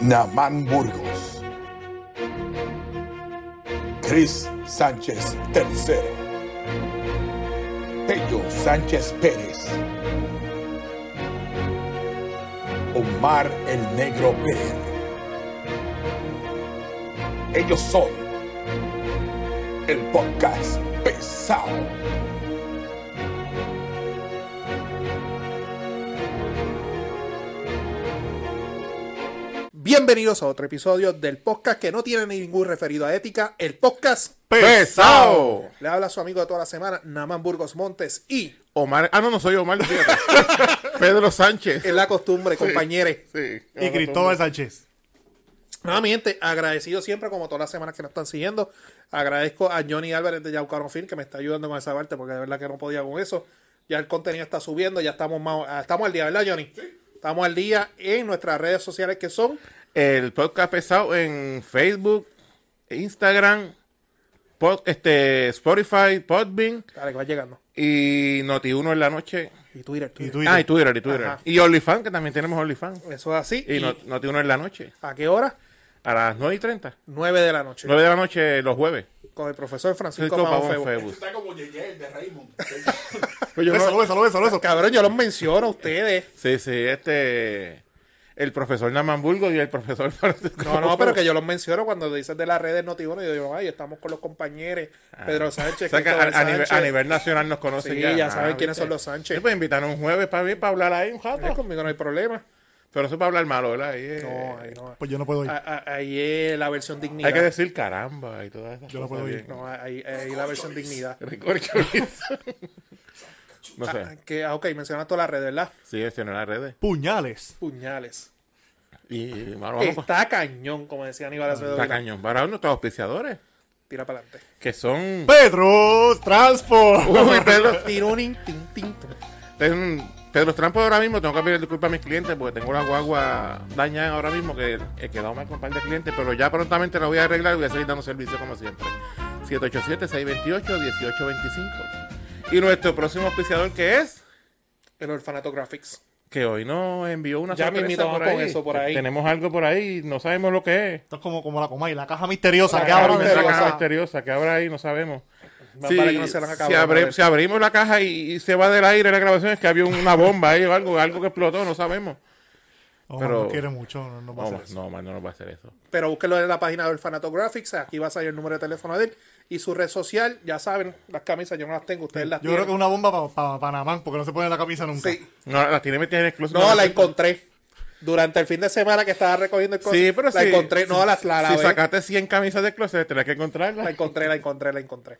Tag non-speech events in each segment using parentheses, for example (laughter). Namán Burgos. Chris Sánchez III. Tello Sánchez Pérez. Omar el Negro Pérez. Ellos son el podcast pesado. Bienvenidos a otro episodio del podcast que no tiene ningún referido a ética, el podcast pesado. le habla su amigo de toda la semana, Namán Burgos Montes y Omar, ah, no, no soy Omar, fíjate. (laughs) Pedro Sánchez. en la costumbre, compañeros. Sí. Y Cristóbal Sánchez. Nuevamente, agradecido siempre, como todas las semanas que nos están siguiendo. Agradezco a Johnny Álvarez de Yaucano Film que me está ayudando con esa parte, porque de verdad que no podía con eso. Ya el contenido está subiendo, ya estamos más, ah, estamos al día, ¿verdad, Johnny? Estamos al día en nuestras redes sociales que son El podcast pesado en Facebook, Instagram, pod- este, Spotify, Podbean Dale, que va llegando. y Noti1 en la noche. Y Twitter, Y Twitter. Twitter. Ah, y Twitter, y Twitter. Ajá. Y OnlyFans, que también tenemos OnlyFans. Eso es así. Y, ¿Y No- Noti1 en la noche, ¿A qué hora? a las 9 y 30. 9 de la noche. 9 de la noche los jueves. Con el profesor Francisco Francisco Pavón Pavón Febo. Febo. Está como Yeye de Raymond. Pues yo no- Bésalo, bésalo, bésalo, bésalo. Cabrón, yo los menciono a ustedes. Sí, sí, este. El profesor Namamburgo y el profesor. (laughs) No, no, pero que yo los menciono cuando dices de las redes notiuno. Yo digo, ay, estamos con los compañeros. Pedro Sánchez, Ah. O sea, que a, Cristóbal a nivel, Sánchez. a nivel nacional nos conocen Ah, Sí, ya saben quiénes son los Sánchez. Sí, pues invitaron un jueves para para hablar ahí un Eh, rato. conmigo no hay problema. Pero eso es para hablar malo, ¿verdad? Ahí es- No, ahí no. Pues yo no puedo ir. Ah, ah, Ahí es la versión dignidad. hay que decir caramba y todas esas Yo no cosas puedo bien. ir. No, ahí, ahí la versión dignidad. Recorcho, Luis. (laughs) no Ah, sé. que, ah, ok, mencionas todas las redes, ¿verdad? Sí, eso en las redes. Puñales. Puñales. Y, y bueno, vamos pa- Está cañón, como decía Aníbal Acevedo. está Vilá. cañón. Para nuestros auspiciadores, Tira para adelante. que son. Pues, Pedro Uy, Transport. Pedro, Tirunin, tin, tin, tin. Ten- Pedro Trampo ahora mismo tengo que pedir disculpas a mis clientes porque tengo la guagua dañada ahora mismo que he quedado mal con un par de clientes, pero ya prontamente la voy a arreglar y voy a seguir dando servicio como siempre. 787-628-1825. Y nuestro próximo auspiciador que es, El Orfanato Graphics. que hoy nos envió una Ya sorpresa mismito vamos con eso por ahí. Tenemos algo por ahí, no sabemos lo que es. Esto es como, como la coma y la caja misteriosa. La que caja abren Esa esa misteriosa. caja caja. misteriosa que habrá ahí, no sabemos. Más Sí, vale que no se la han si, acabado, abre- madre. si abrimos la caja y, y se va del aire la grabación es que había una bomba ahí o algo, algo que explotó, no sabemos. No, Pero- no quiere mucho. No, no va a No, hacer ma- eso. no, man, no nos va a hacer eso. pero búsquelo en la página de Orfanato Graphics. Aquí va a salir el número de teléfono de él y su red social. Ya saben, las camisas yo no las tengo, ustedes las Yo creo que tienen. es una bomba para Panamá porque no se pone en la camisa nunca. Sí. No, la tiene metida en exclusiva. No, la encontré. Durante el fin de semana que estaba recogiendo el closet, Sí, pero la si- encontré. No, la, la, la, si ve. sacaste 100 camisas de closet, tendrás que la encontrarla. encontré, la encontré, la encontré.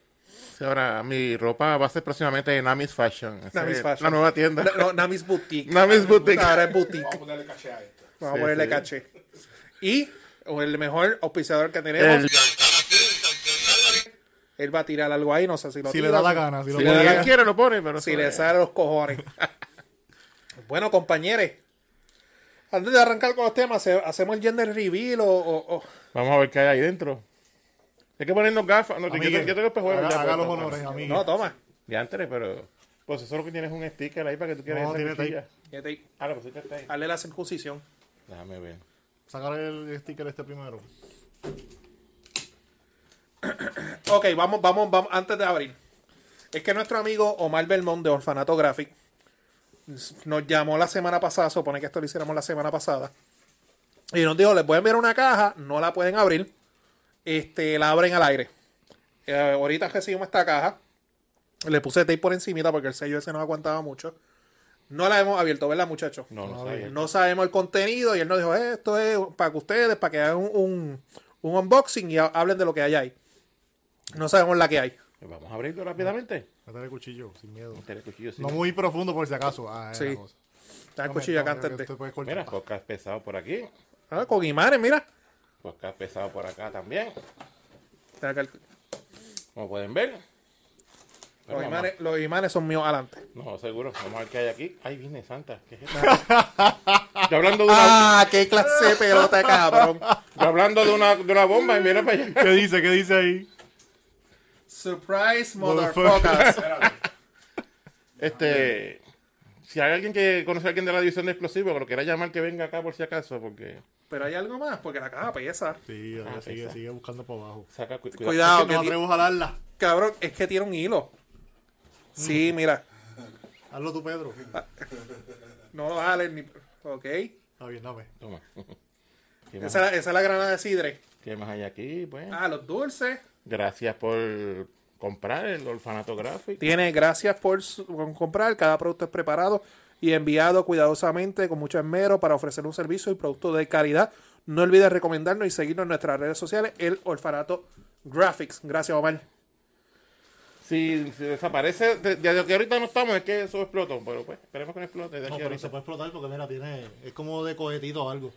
Ahora, mi ropa va a ser próximamente en Amis Fashion. Esa Namis es Fashion. La nueva tienda. No, no, Namis Boutique. (laughs) Namis Boutique. Ahora es Boutique. Vamos a ponerle caché a esto. Vamos a Sí, ponerle sí. caché. Y o el mejor auspiciador que tenemos, El- él va a tirar algo ahí, no sé si lo Si tira, le da la gana. Si, lo si pone. él quiere, lo pone, pero... Si eso le es- sale los cojones. (laughs) bueno, compañeros. Antes de arrancar con los temas, ¿se- ¿hacemos el gender reveal o...? o- o- Vamos a ver qué hay ahí dentro. Hay que ponernos gafas. No, yo, Amigo, yo yo tengo espejuelos. haga- ya, haga pues, los no, no. honores, amigo. No, toma. De antes, pero... Pues eso es lo que tienes un sticker ahí para que tú quieras No, esa tiene tape. cuchilla. Vete ahí. Ah, lo pusiste ahí. Hazle la circuncisión. Déjame ver. Sacar el sticker este primero. Ok, vamos, vamos, vamos, antes de abrir. Es que nuestro amigo Omar Belmont de Orfanato Graphic nos llamó la semana pasada, supone que esto lo hiciéramos la semana pasada. Y nos dijo, les voy a enviar una caja, no la pueden abrir, este, la abren al aire. Eh, ahorita recibimos esta caja, le puse tape por encimita porque el sello ese no aguantaba mucho. No la hemos abierto, ¿verdad muchachos? No, no sabía. No sabemos el contenido y él nos dijo, "Eh, esto es para que ustedes, para que hagan un, un- un unboxing y ha- hablen de lo que hay ahí. No sabemos la que hay. Vamos a abrirlo rápidamente. Métele el cuchillo, sin miedo. Este era el cuchillo, sí. No muy profundo por si acaso. Ah, es Sí. la cosa. Está el No, cuchillo no, acá que- antes que de- te puedes cortar. Mira, podcast pesado por aquí. Ah, con imanes, mira. Podcast pesado por Pues acá también. Está acá el- Como pueden ver. Bueno, los, imanes, los imanes son míos adelante. vamos- No, seguro. Vamos a ver qué hay aquí. Ay, viene Santa. ¿Qué es esto? (laughs) yo hablando de una, ¡Ah! ¡Qué clase de pelota, cabrón! yo hablando de una, de una bomba y mira para allá. ¿Qué dice? ¿Qué dice ahí? Surprise, motherfuckers. Motherfuckers. Este, si hay alguien que conoce a alguien de la división de explosivos, que lo quiera llamar, que venga acá por si acaso, porque Pero hay algo más, porque la caja pesa. Sí, ahora Ah, sigue, esa. sigue buscando para abajo. Saca, cu- cuidado. Cuidado, Es que que no me ti- atrevo a jalarla. cabrón, es que tiene un hilo. Sí, mira. Hazlo tú, Pedro. Ah. No lo jalen ni. Ok. Está bien, dame. Toma. (laughs) ¿Qué más, Esa, esa es la granada de Sidre. qué más hay aquí? Pues? Ah, los dulces. Gracias por comprar el orfanato gráfico. Tiene gracias por su- con comprar. Cada producto es preparado y enviado cuidadosamente con mucho esmero para ofrecer un servicio y producto de calidad. No olvides recomendarnos y seguirnos en nuestras redes sociales, el Orfanato Graphics. Gracias, Omar. Si, si desaparece, de- desde que ahorita no estamos, es que eso explotó. Pero pues, esperemos que no explote. Desde No, aquí pero ahorita. se puede explotar porque, mira, tiene. Es como de cohetito o algo.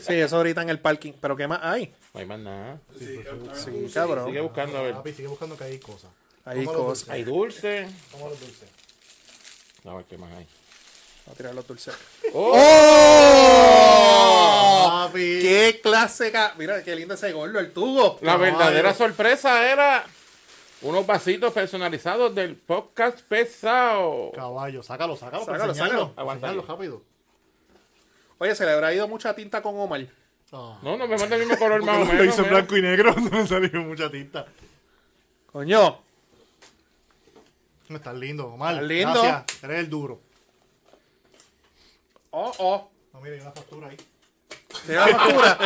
Sí, eso ahorita en el parking. Pero ¿qué más hay? No hay más nada. Sí, cabrón. Sigue buscando, a ver. Papi, sigue buscando que hay cosas. Hay Tómalo, cosas. Hay dulce. Toma los dulces. A ver qué más hay. Vamos a tirar los dulces. Ah, Papi. ¡Qué clase! ca- Mira, qué lindo ese gordo, el tubo. La verdadera Ay. sorpresa era unos vasitos personalizados del podcast pesado. Caballo, sácalo, sácalo. Sácalo, Sácalo, sácalo. sácalo. Aguanta Aguantarlo ahí. rápido. Oye, se le habrá ido mucha tinta con Omar. Ah. No, no me manda el mismo color más o Porque Lo menos. hice en mira. blanco y negro, (laughs) no me salió mucha tinta. Coño. Estás lindo, Omar. Estás lindo. Gracias. Eres el duro. Oh, oh. No, mira, hay una factura ahí. Se da factura.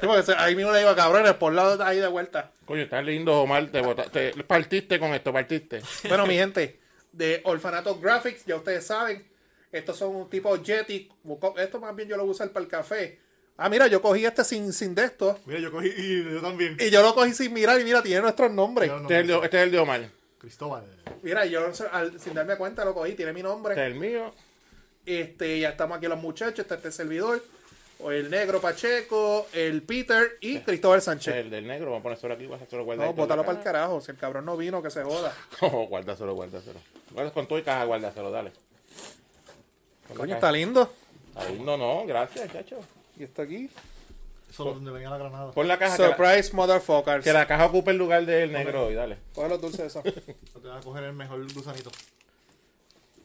Sí, porque se- ahí mismo le digo, cabrones, por lado ahí de vuelta. Coño, está lindo, Omar. Te, bota- te- partiste con esto, partiste. Bueno, (laughs) mi gente, de Orfanato Graphics, ya ustedes saben, estos son un tipo Yeti. Esto más bien yo lo voy a usar para el café. Ah, mira, yo cogí este sin, sin de esto. Mira, yo cogí y yo también. Y yo lo cogí sin mirar y mira, tiene nuestros nombres. Yo no- Este es, el de, este es el de Omar. Cristóbal. Mira, yo al- sin darme cuenta lo cogí, tiene mi nombre. Este es el mío. Este, ya estamos aquí los muchachos, está este servidor, o el negro Pacheco, el Peter y Cristóbal Este es Sánchez. el del negro. Vamos a poner solo aquí. Vas a solo guardar. No, bótalo para el carajo, si el cabrón no vino, que se joda. (laughs) No, guárdaselo, guárdaselo. Guardas con tu y caja, guárdaselo, dale. Con la Coño, caja. está lindo. Ahí, no, no, gracias, chacho. Y está aquí. Solo donde venía la granada. Pon la caja. Que la, Surprise, motherfuckers. que la caja ocupe el lugar del negro hoy, dale. Coge los dulces esos. (laughs) Te va a coger el mejor gusanito.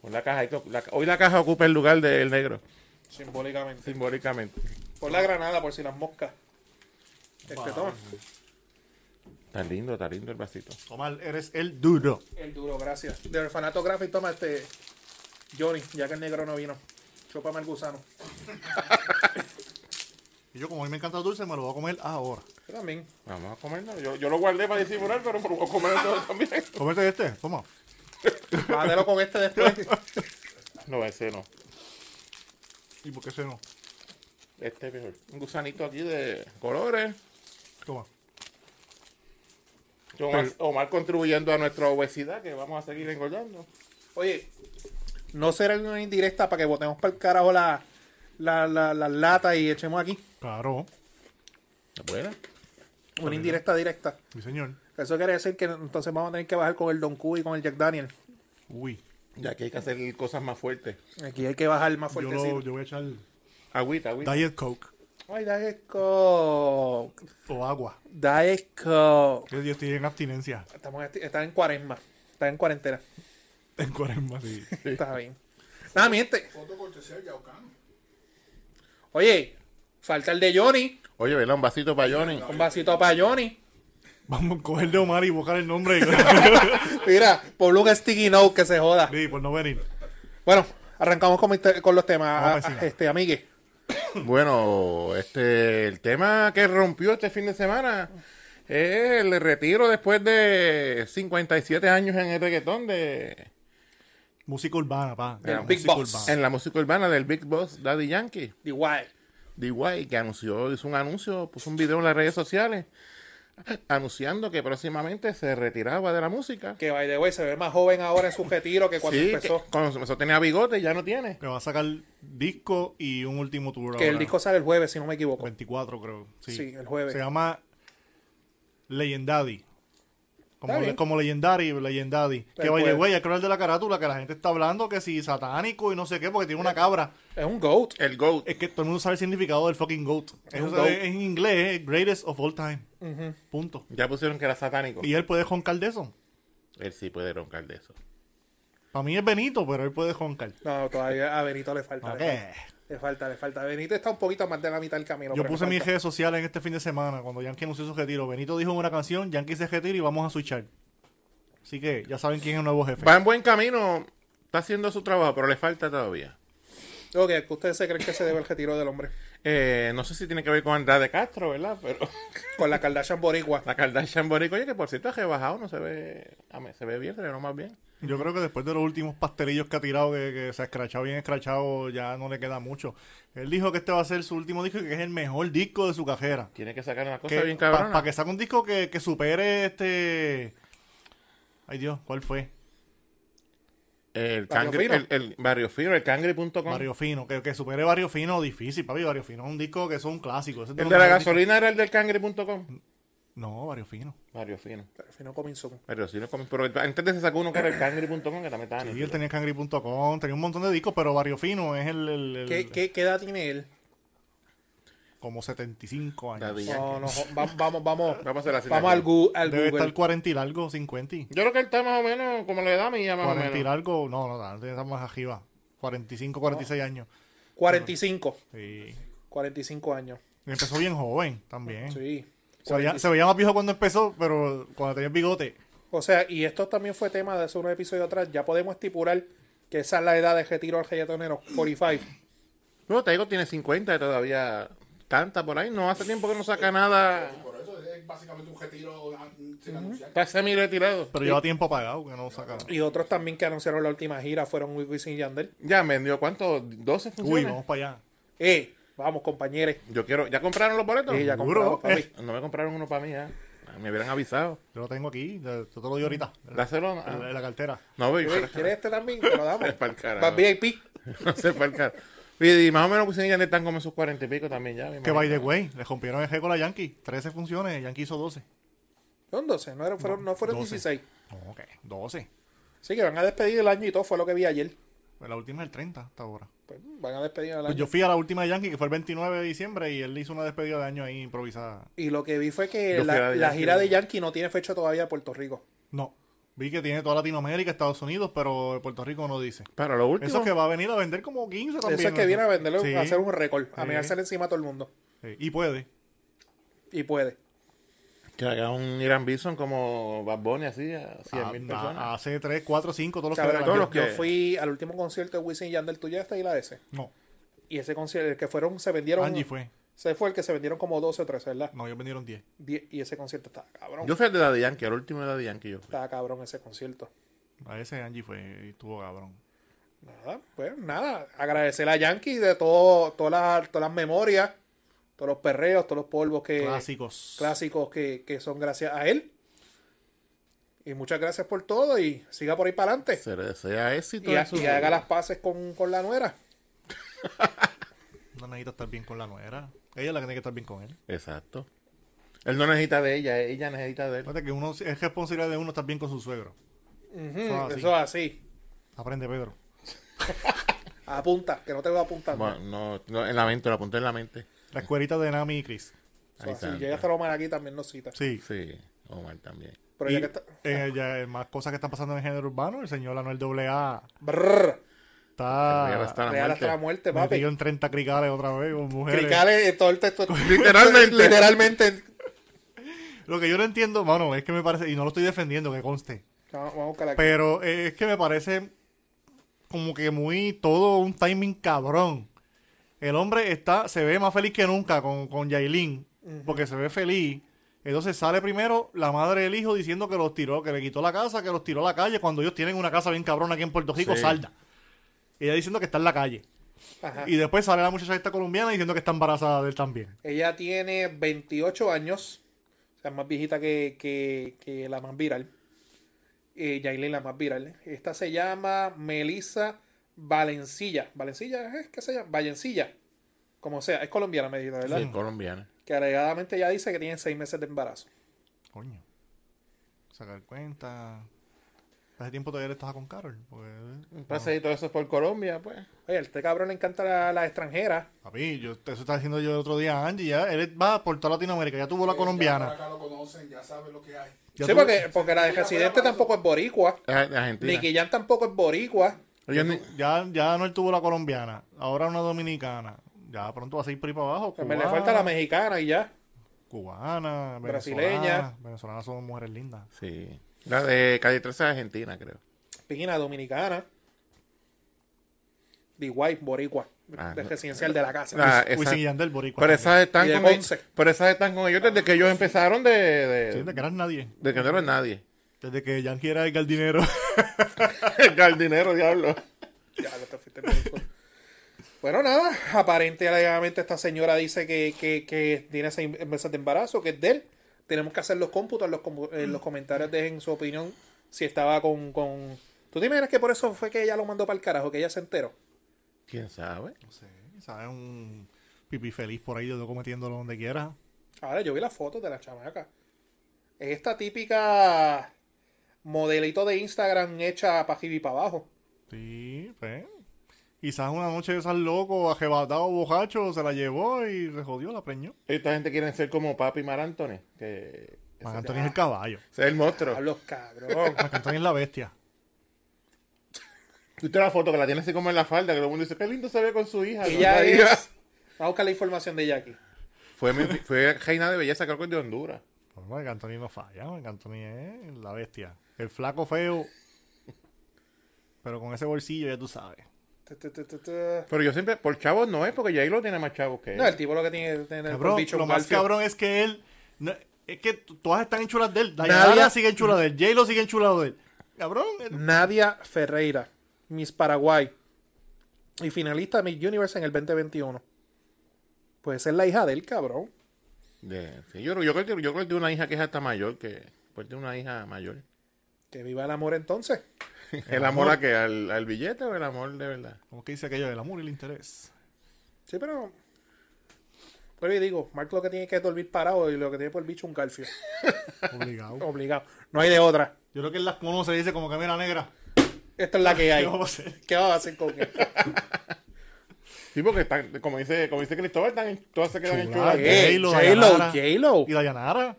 Pon la caja. ahí que- la- hoy la caja ocupa el lugar del negro, Simbólicamente. simbólicamente. Por la granada, por si las moscas. Este toma. Está lindo, está lindo el vasito. Omar, eres el duro. El duro, gracias. De orfanato graphic, toma este. Johnny, ya que el negro no vino. Chópame el gusano. Y yo, como a mí me encanta el dulce, me lo voy a comer ahora. Yo también. Vamos a comerlo. Yo, yo lo guardé para disimular, pero me lo voy a comer (laughs) todo también. Comete este, toma. Mátelo con este (laughs) después. No, ese no. ¿Y por qué ese no? Este es mejor. Un gusanito aquí de colores. Toma. Omar, Omar contribuyendo a nuestra obesidad que vamos a seguir engordando. Oye, no será una indirecta para que botemos para el carajo la, la, la, las latas y echemos aquí. Claro, ¿Está buena? Una indirecta directa. mi señor. Eso quiere decir que entonces vamos a tener que bajar con el Don Q y con el Jack Daniel. Uy. Ya que hay que hacer cosas más fuertes. Aquí hay que bajar más Yo, fuertecito. lo- yo voy a echar Agüita, agüita. Diet Coke Ay, Diet Coke. o agua. Diet Coke. Yo estoy en abstinencia. Estamos en esti- está en cuaresma. Está en cuarentena. En cuaresma, sí. Está bien. Nada, mi gente. Foto cortesía de Yaucán. Oye, falta el de Johnny. Ah, Oye, ¿verdad? Un vasito para Johnny. Un vasito para Johnny. Vamos a coger de Omar y buscar el nombre. (laughs) Mira, por un sticky note que se joda. Sí, por no venir. Bueno, arrancamos con, mi te- con los temas, Vamos a- para a- este, amigue. Bueno, este, el tema que rompió este fin de semana es el retiro después de 57 años en el reggaetón de, Música urbana, pa. Del Música Big Boss. urbana. en la música urbana del Big Boss Daddy Yankee. Igual. DY, que anunció, hizo un anuncio, puso un video en las redes sociales anunciando que próximamente se retiraba de la música. Que by the way, se ve más joven ahora en su retiro que cuando Sí, que empezó. Que, cuando empezó tenía bigote, ya no tiene. Que va a sacar disco y un último tour. el ahora. disco sale el jueves, si no me equivoco. 24, creo. Sí, Sí, el jueves. Se llama Legendaddy. Como, Está bien. como Legendary, Legendaddy. Que Pero vaya, pues- güey, creo el de la carátula que la gente está hablando que si satánico y no sé qué, porque tiene una cabra. Es un GOAT. El GOAT. Es que todo el mundo sabe el significado del fucking goat. Eso un se goat. ve en inglés, es greatest of all time. Punto. Ya pusieron que era satánico. Y él puede joncar de eso. Él sí puede roncar de eso. Para mí es Benito, pero él puede joncar. No, todavía a Benito le falta. ¿Para qué? Le falta, le falta. Benítez está un poquito más de la mitad del camino. Yo pero puse le mis falta. redes sociales en este fin de semana cuando Yankee anunció su retiro. Benito dijo en una canción, Yankee se retira y vamos a switchar. Así que ya saben quién es el nuevo jefe. Va en buen camino, está haciendo su trabajo, pero le falta todavía. Ok, ¿qué ustedes se creen que se debe el retiro del hombre? Eh, no sé si tiene que ver con Andrade Castro, ¿verdad? Pero (laughs) Con la Kardashian Boricua. la Kardashian Boric, oye, que por cierto ha rebajado, no se ve, a mí se ve bien, se ve lo más bien. Yo creo que después de los últimos pastelillos que ha tirado, que, que se ha escrachado bien escrachado, ya no le queda mucho. Él dijo que este va a ser su último disco y que es el mejor disco de su cajera. Tiene que sacar una cosa Que, bien Para cabrona. que saque un disco que, que supere este... Ay Dios, ¿cuál fue? El Barrio cangre, Fino. el, el barrio fino, el cangre.com. Barrio Fino. Que, que supere Barrio Fino, difícil, papi. Barrio Fino es un disco que es un clásico. Ese es El los de la mejores gasolina era el del cangre.com. discos. No, Barrio Fino. Barrio fino. Pero al final comenzó. Barrio fino, como- pero antes de se sacó uno que era el cangre.com, que también estaba Sí, nítido. él tenía Cangri.com, tenía un montón de discos, pero Barrio Fino es el, el- el- ¿Qué, qué, qué edad tiene él? como 75 años. Daddy Yankee. No, no, jo- va- vamos, vamos. Vamos a hacer así, Vamos al, gu- al Debe Google. estar 40 y largo, 50. y- Yo creo que él está más o menos como la edad mía, más 40 y o menos. largo, no, no, no, está más arriba. 45, Oh. 46 años. 45. Sí. 45 años. Empezó bien joven también. Sí. Se, veía, se veía más viejo cuando empezó, pero cuando tenía el bigote. O sea, y esto también fue tema de hace un episodio atrás. Ya podemos estipular que esa es la edad de retiro al reggaetonero. 45. No, te digo, tiene 50 y todavía canta por ahí. No hace tiempo que no saca nada. Por eso es básicamente un retiro ah, sin anunciar. Pasa mi retirado. Pero lleva tiempo apagado que no saca. Y otros también que anunciaron la última gira fueron Wisin y Yandel. Ya me vendió cuánto, 12 Uy, funciones. vamos para allá. Eh, vamos, compañeros. Yo quiero, ¿ya compraron los boletos? Eh, ya Seguro. compramos, papi. No me compraron uno para mí, ¿eh? Me hubieran avisado. Yo lo tengo aquí, yo te lo digo ahorita. Dáselo. En la- ah, en la cartera. No, baby. Oye, ¿Quieres este también? Te lo damos. Pa'l carajo. Más VIP. (laughs) No sé, para el carro. Y y más o menos Wisin y Yandel están como en sus cuarenta y pico también ya. me Que imagino. by the way, le rompieron el jeco a la Yankee. 13 funciones, Yankee hizo 12. Son 12, no, eran- fueron, no fueron 12. 16. No, ok, 12. Sí, que van a despedir el año y todo, fue lo que vi ayer. Pues La última es el 30 hasta ahora. Pues, van a despedir el Pues año. yo fui a la última de Yankee, que fue el 29 de diciembre, y él hizo una despedida de año ahí improvisada. Y lo que vi fue que Yo fui a la, la de la Yankee. gira de Yankee no tiene fecha todavía de Puerto Rico. No. Vi que tiene toda Latinoamérica, Estados Unidos, pero Puerto Rico no dice. Para lo último. Eso es que va a venir a vender como 15 también. Eso es que ¿no? viene a venderlo, Sí, a hacer un récord, a Sí. mirárselo encima a todo el mundo. sí, Y puede. Y puede. Que haga un Irán Bison como Bad Bunny así, a 100 mil A- personas. a- Ah, hace 3, 4, 5, todos los Cabrón, que todos yo, los que- yo fui al último concierto de Wisin y Yandel, tú ya y la de ese. No, Y ese concierto, el que fueron, se vendieron. Angie fue. Se fue el que se vendieron como 12 o 13, ¿verdad? No, ellos vendieron 10. Die- Y ese concierto estaba ah. cabrón. Yo fui al de Daddy Yankee, al último de Daddy Yankee yo fui. Estaba cabrón ese concierto. A ese Angie fue y estuvo cabrón. Nada, pues nada. Agradecer a Yankee de todo, todas las, todas las memorias, todos los perreos, todos los polvos que. Clásicos. clásicos que, que son gracias a él. Y muchas gracias por todo y siga por ahí para adelante. Se le desea éxito Y, en ha- su y vida. haga las paces con, con la nuera. No necesita estar bien con la nuera. Ella es la que tiene que estar bien con él. Exacto. Él no necesita de ella, ella necesita de él. Fíjate que uno es responsabilidad de uno estar bien con su suegro. Ujú, Eso es así. eso es así. Aprende, Pedro. Apunta, que no te va apuntando. Bueno, no, no, en la mente, lo apunté en la mente. La escuelita de Nami y Chris. Eso es así. ahí está. Llega hasta Román aquí también nos cita. Sí. Sí, Omar también. Pero Y, ya que está. eh, ya, eh, más cosas que están pasando en el género urbano, el señor Anuel AA Brrr, Real está hasta la real hasta la muerte. muerte, metido papi. en 30 cricales otra vez con mujeres. Cricales, eh, todo el texto. (laughs) Literalmente. Literalmente. Lo que yo no entiendo, mano, es que me parece, y no lo estoy defendiendo, que conste, Vamos vamos a buscar aquí. pero eh, es que me parece como que muy todo un timing cabrón. El hombre está, se ve más feliz que nunca con, con Yailin, porque se ve feliz. Entonces sale primero la madre del hijo diciendo que los tiró, que le quitó la casa, que los tiró a la calle, cuando ellos tienen una casa bien cabrona aquí en Puerto Rico, Sí. salda. Ella diciendo que está en la calle. Ajá. Y después sale la muchacha esta colombiana diciendo que está embarazada de él también. Ella tiene 28 años. O sea, más viejita que, que- que la más viral. Eh, Yailin, la más viral. Esta se llama Melissa Valencilla. ¿Valencilla? ¿Es ¿Qué se llama? Valencilla. Como sea, es colombiana, me dijo, ¿verdad? Sí, colombiana. Que alegadamente ella dice que tiene seis meses de embarazo. Coño. Sacar cuenta. Hace tiempo todavía le estaba con Carol. Porque, Un paseíto de esos por Colombia, pues. Oye, a este cabrón le encanta la, la extranjera. papi, yo, eso estaba diciendo yo el otro día a Angie. Ya, él va por toda Latinoamérica. Ya tuvo la Ya colombiana. por acá lo conocen, ya saben lo que hay. Ya sí, tuvo- porque, porque la de Residente tampoco es boricua. Ah, de Argentina. Nicky Jam tampoco es boricua. Yo ni- Ya, ya no él tuvo la colombiana, ahora una dominicana. Ya pronto va a seguir por ahí para abajo. Pues Cubana, me le falta la mexicana y ya. cubana, Brasileña. brasileña. Venezolanas son mujeres lindas. Sí. La de Calle 13 de Argentina, creo. Pina, dominicana. De White, boricua. Ah, de no. Ah. residencial de la casa. La- esa- Wisin y Yandel Boricua. pero también. esas están Y de con ellos, Ponce. pero esas están con ellos desde que ellos empezaron de, Eh, de, Sí, desde que eras nadie. de que no era (laughs) nadie. Desde que Yankee era el jardinero. El jardinero, diablo. (laughs) Ya, lo te fuiste muy lejos. Bueno, nada, aparentemente esta señora dice que, que, que tiene seis meses de embarazo, que es de él. Tenemos que hacer los cómputos, los, com- en los comentarios dejen su opinión si estaba con, con... ¿Tú te imaginas que por eso fue que ella lo mandó para el carajo, que ella se enteró? ¿Quién sabe? no sé, (laughs) ¿sabes? Un pipí feliz por ahí, yo cometiéndolo donde quiera. Ahora yo vi las fotos de la chamaca. Es esta típica modelito de Instagram hecha para arriba y para abajo. Sí, pues. Quizás una noche de esas loco, ajebatado, bojacho, se la llevó y se jodió, la preñó. Esta gente quiere ser como Papi Mar Anthony, que Marc Anthony es el caballo. ese es el monstruo. A los (laughs) cabrón. Marc Anthony es la bestia. Tú la foto que la tiene así como en la falda, que todo el mundo dice, qué lindo se ve con su hija. ¿no? ella Ahí es... va. Vamos a buscar la información de ella aquí. Fue, mi- fue reina de belleza, creo que de Honduras. Bueno, Marc Anthony Pues, no falla, Marc Anthony es la bestia. El flaco feo. Pero con ese bolsillo ya tú sabes. Tu, tu, tu, tu, tu. Pero yo siempre, por chavos no es, porque Yair lo tiene más chavos que él. No, el tipo lo que tiene que tener Cabrón, bicho lo un más garfio. cabrón es que él. no- es que t- todas están enchuladas de él. Nadie- Dayanara sigue enchulada de él. J-Lo sigue enchulado de él. Cabrón. él- Nadia Ferreira, Miss Paraguay y finalista Miss Universe en el 2021. Puede ser la hija del cabrón. De- sí, yo, yo creo que yo creo que tiene una hija que es hasta mayor que. Pues tiene una hija (laughs) mayor. Que viva el amor entonces. ¿El amor a qué? ¿Al, al billete o el amor de verdad? ¿Cómo que dice aquello del amor y el interés? Sí, pero. Pero yo digo, Mark lo que tiene es que dormir parado y lo que tiene por el bicho un calcio. Obligado. Obligado. No hay de otra. Yo creo que él las conoce y dice como que mira negra. Esta es la que (laughs) ¿Qué hay. vamos a hacer? ¿Qué vas a hacer con él? Sí, porque están, como dice, como dice Cristóbal, están en- todas se quedan Chulada. enchuladas. Eh, J-Lo, J-Lo, Dayanara. J-Lo. Y Dayanara.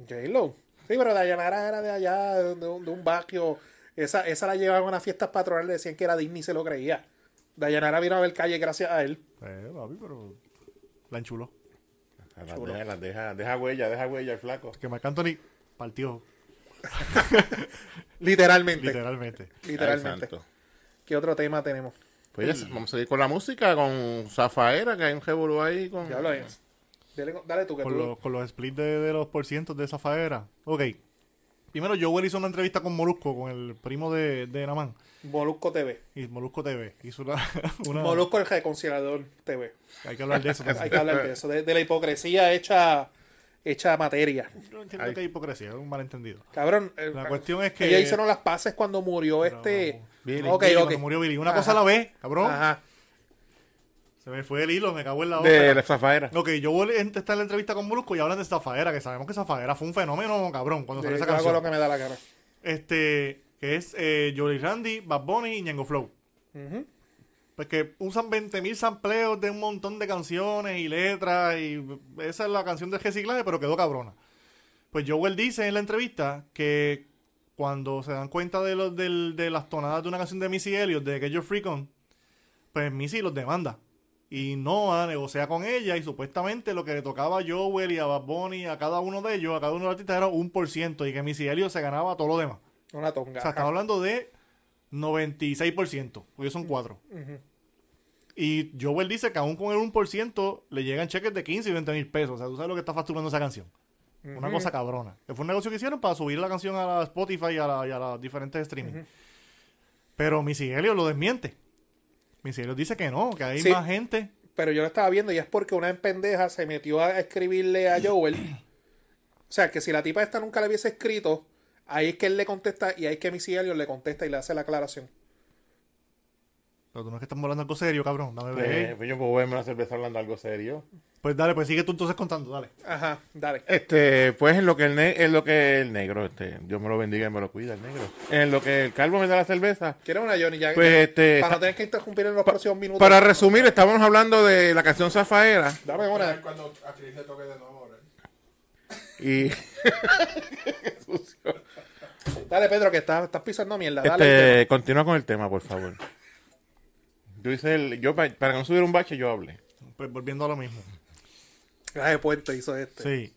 J-Lo. Sí, pero Dayanara era de allá, de un, de un barrio. Esa, esa la llevaban a unas fiestas patronales, decían que era Disney y se lo creía. Dayanara vino a ver calle gracias a él. Eh, papi, pero. La enchuló. Las deja, las deja, deja huella, deja huella el flaco. Que Marc Anthony partió, Literalmente. literalmente. Literalmente. Ay, santo. ¿Qué otro tema tenemos? Pues ya, vamos a seguir con la música, con Zafaera, que hay un revolú ahí con. Ya hablo bien. Dale, eh. dale tú que tú. Con, los- con los splits de, de los porcientos de esa faera. Ok. Primero, Joel hizo una entrevista con Molusco, con el primo de, de Namán. Molusco TV. Y Molusco TV. Hizo una. (laughs) una- Molusco el reconciliador TV. Hay que hablar de eso. porque Hay que hablar de eso, de, de la hipocresía hecha, hecha materia. Yo no entiendo que hay hipocresía, es un malentendido. Cabrón. eh, La cuestión es que. Ellos hicieron las paces cuando murió este. Billy, ok, Billy, ok. cuando murió Billy. Una Ajá. cosa a la vez, cabrón. Ajá. Se me fue el hilo, me cago en la De la otra. Zafaera. Ok, Joel en- está en la entrevista con Molusco y hablan de Zafaera, que sabemos que Zafaera fue un fenómeno, cabrón, cuando Yo salió esa hago canción. lo que me da la gana. Este, que es eh, Jolly Randy, Bad Bunny y Ñengo Flow. Pues que usan 20.000 sampleos de un montón de canciones y letras y esa es la canción del reciclaje, pero quedó cabrona. Pues Joel dice en la entrevista que cuando se dan cuenta de, los del- de las tonadas de una canción de Missy Elliott, de que yo Freakon, pues Missy los demanda. Y Noah negocia con ella y supuestamente lo que le tocaba a Joel y a Bad Bunny, a cada uno de ellos, a cada uno de los artistas era un por ciento y que Missy Elliott se ganaba todo lo demás. Una tonga. Ah, O sea, estamos hablando de 96%, porque son 4. Y Joel dice que aún con el 1% le llegan cheques de 15 y 20 mil pesos. O sea, tú sabes lo que está facturando esa canción. Una cosa cabrona. Que Fue un negocio que hicieron para subir la canción a la Spotify y a, la- y a las diferentes streaming. Pero Missy Elliott lo desmiente. Missy Elliott dice que no, que hay Sí. más gente. Pero yo lo estaba viendo y es porque una pendeja se metió a escribirle a Joel. O sea, que si la tipa esta nunca le hubiese escrito, ahí es que él le contesta y ahí es que Missy Elliott le contesta y le hace la aclaración. Pero tú no es que estamos hablando algo serio, cabrón. Dame Eh, break. pues yo puedo verme una cerveza hablando algo serio. Pues dale, pues sigue tú entonces contando, dale. Ajá, dale. Este, pues en lo que el, ne- en lo que el negro, este, Dios me lo bendiga y me lo cuida el negro. En lo que el calvo me da la cerveza. ¿Quieres una Johnny? Ya, Pues, ya- este, para no tener que interrumpir en los próximos minutos. Para resumir, estábamos hablando de la canción Zafaera Dame A ver una. cuando a Cris le toque de nuevo. ¿verdad? y Qué sucio. Dale, Pedro, que estás, estás pisando mierda. Dale, Este, continúa con el tema, por favor. Yo hice el. Yo, pa- para no subir un bache, yo hablé. Pues volviendo a lo mismo. Pedro. de puente hizo este. Sí.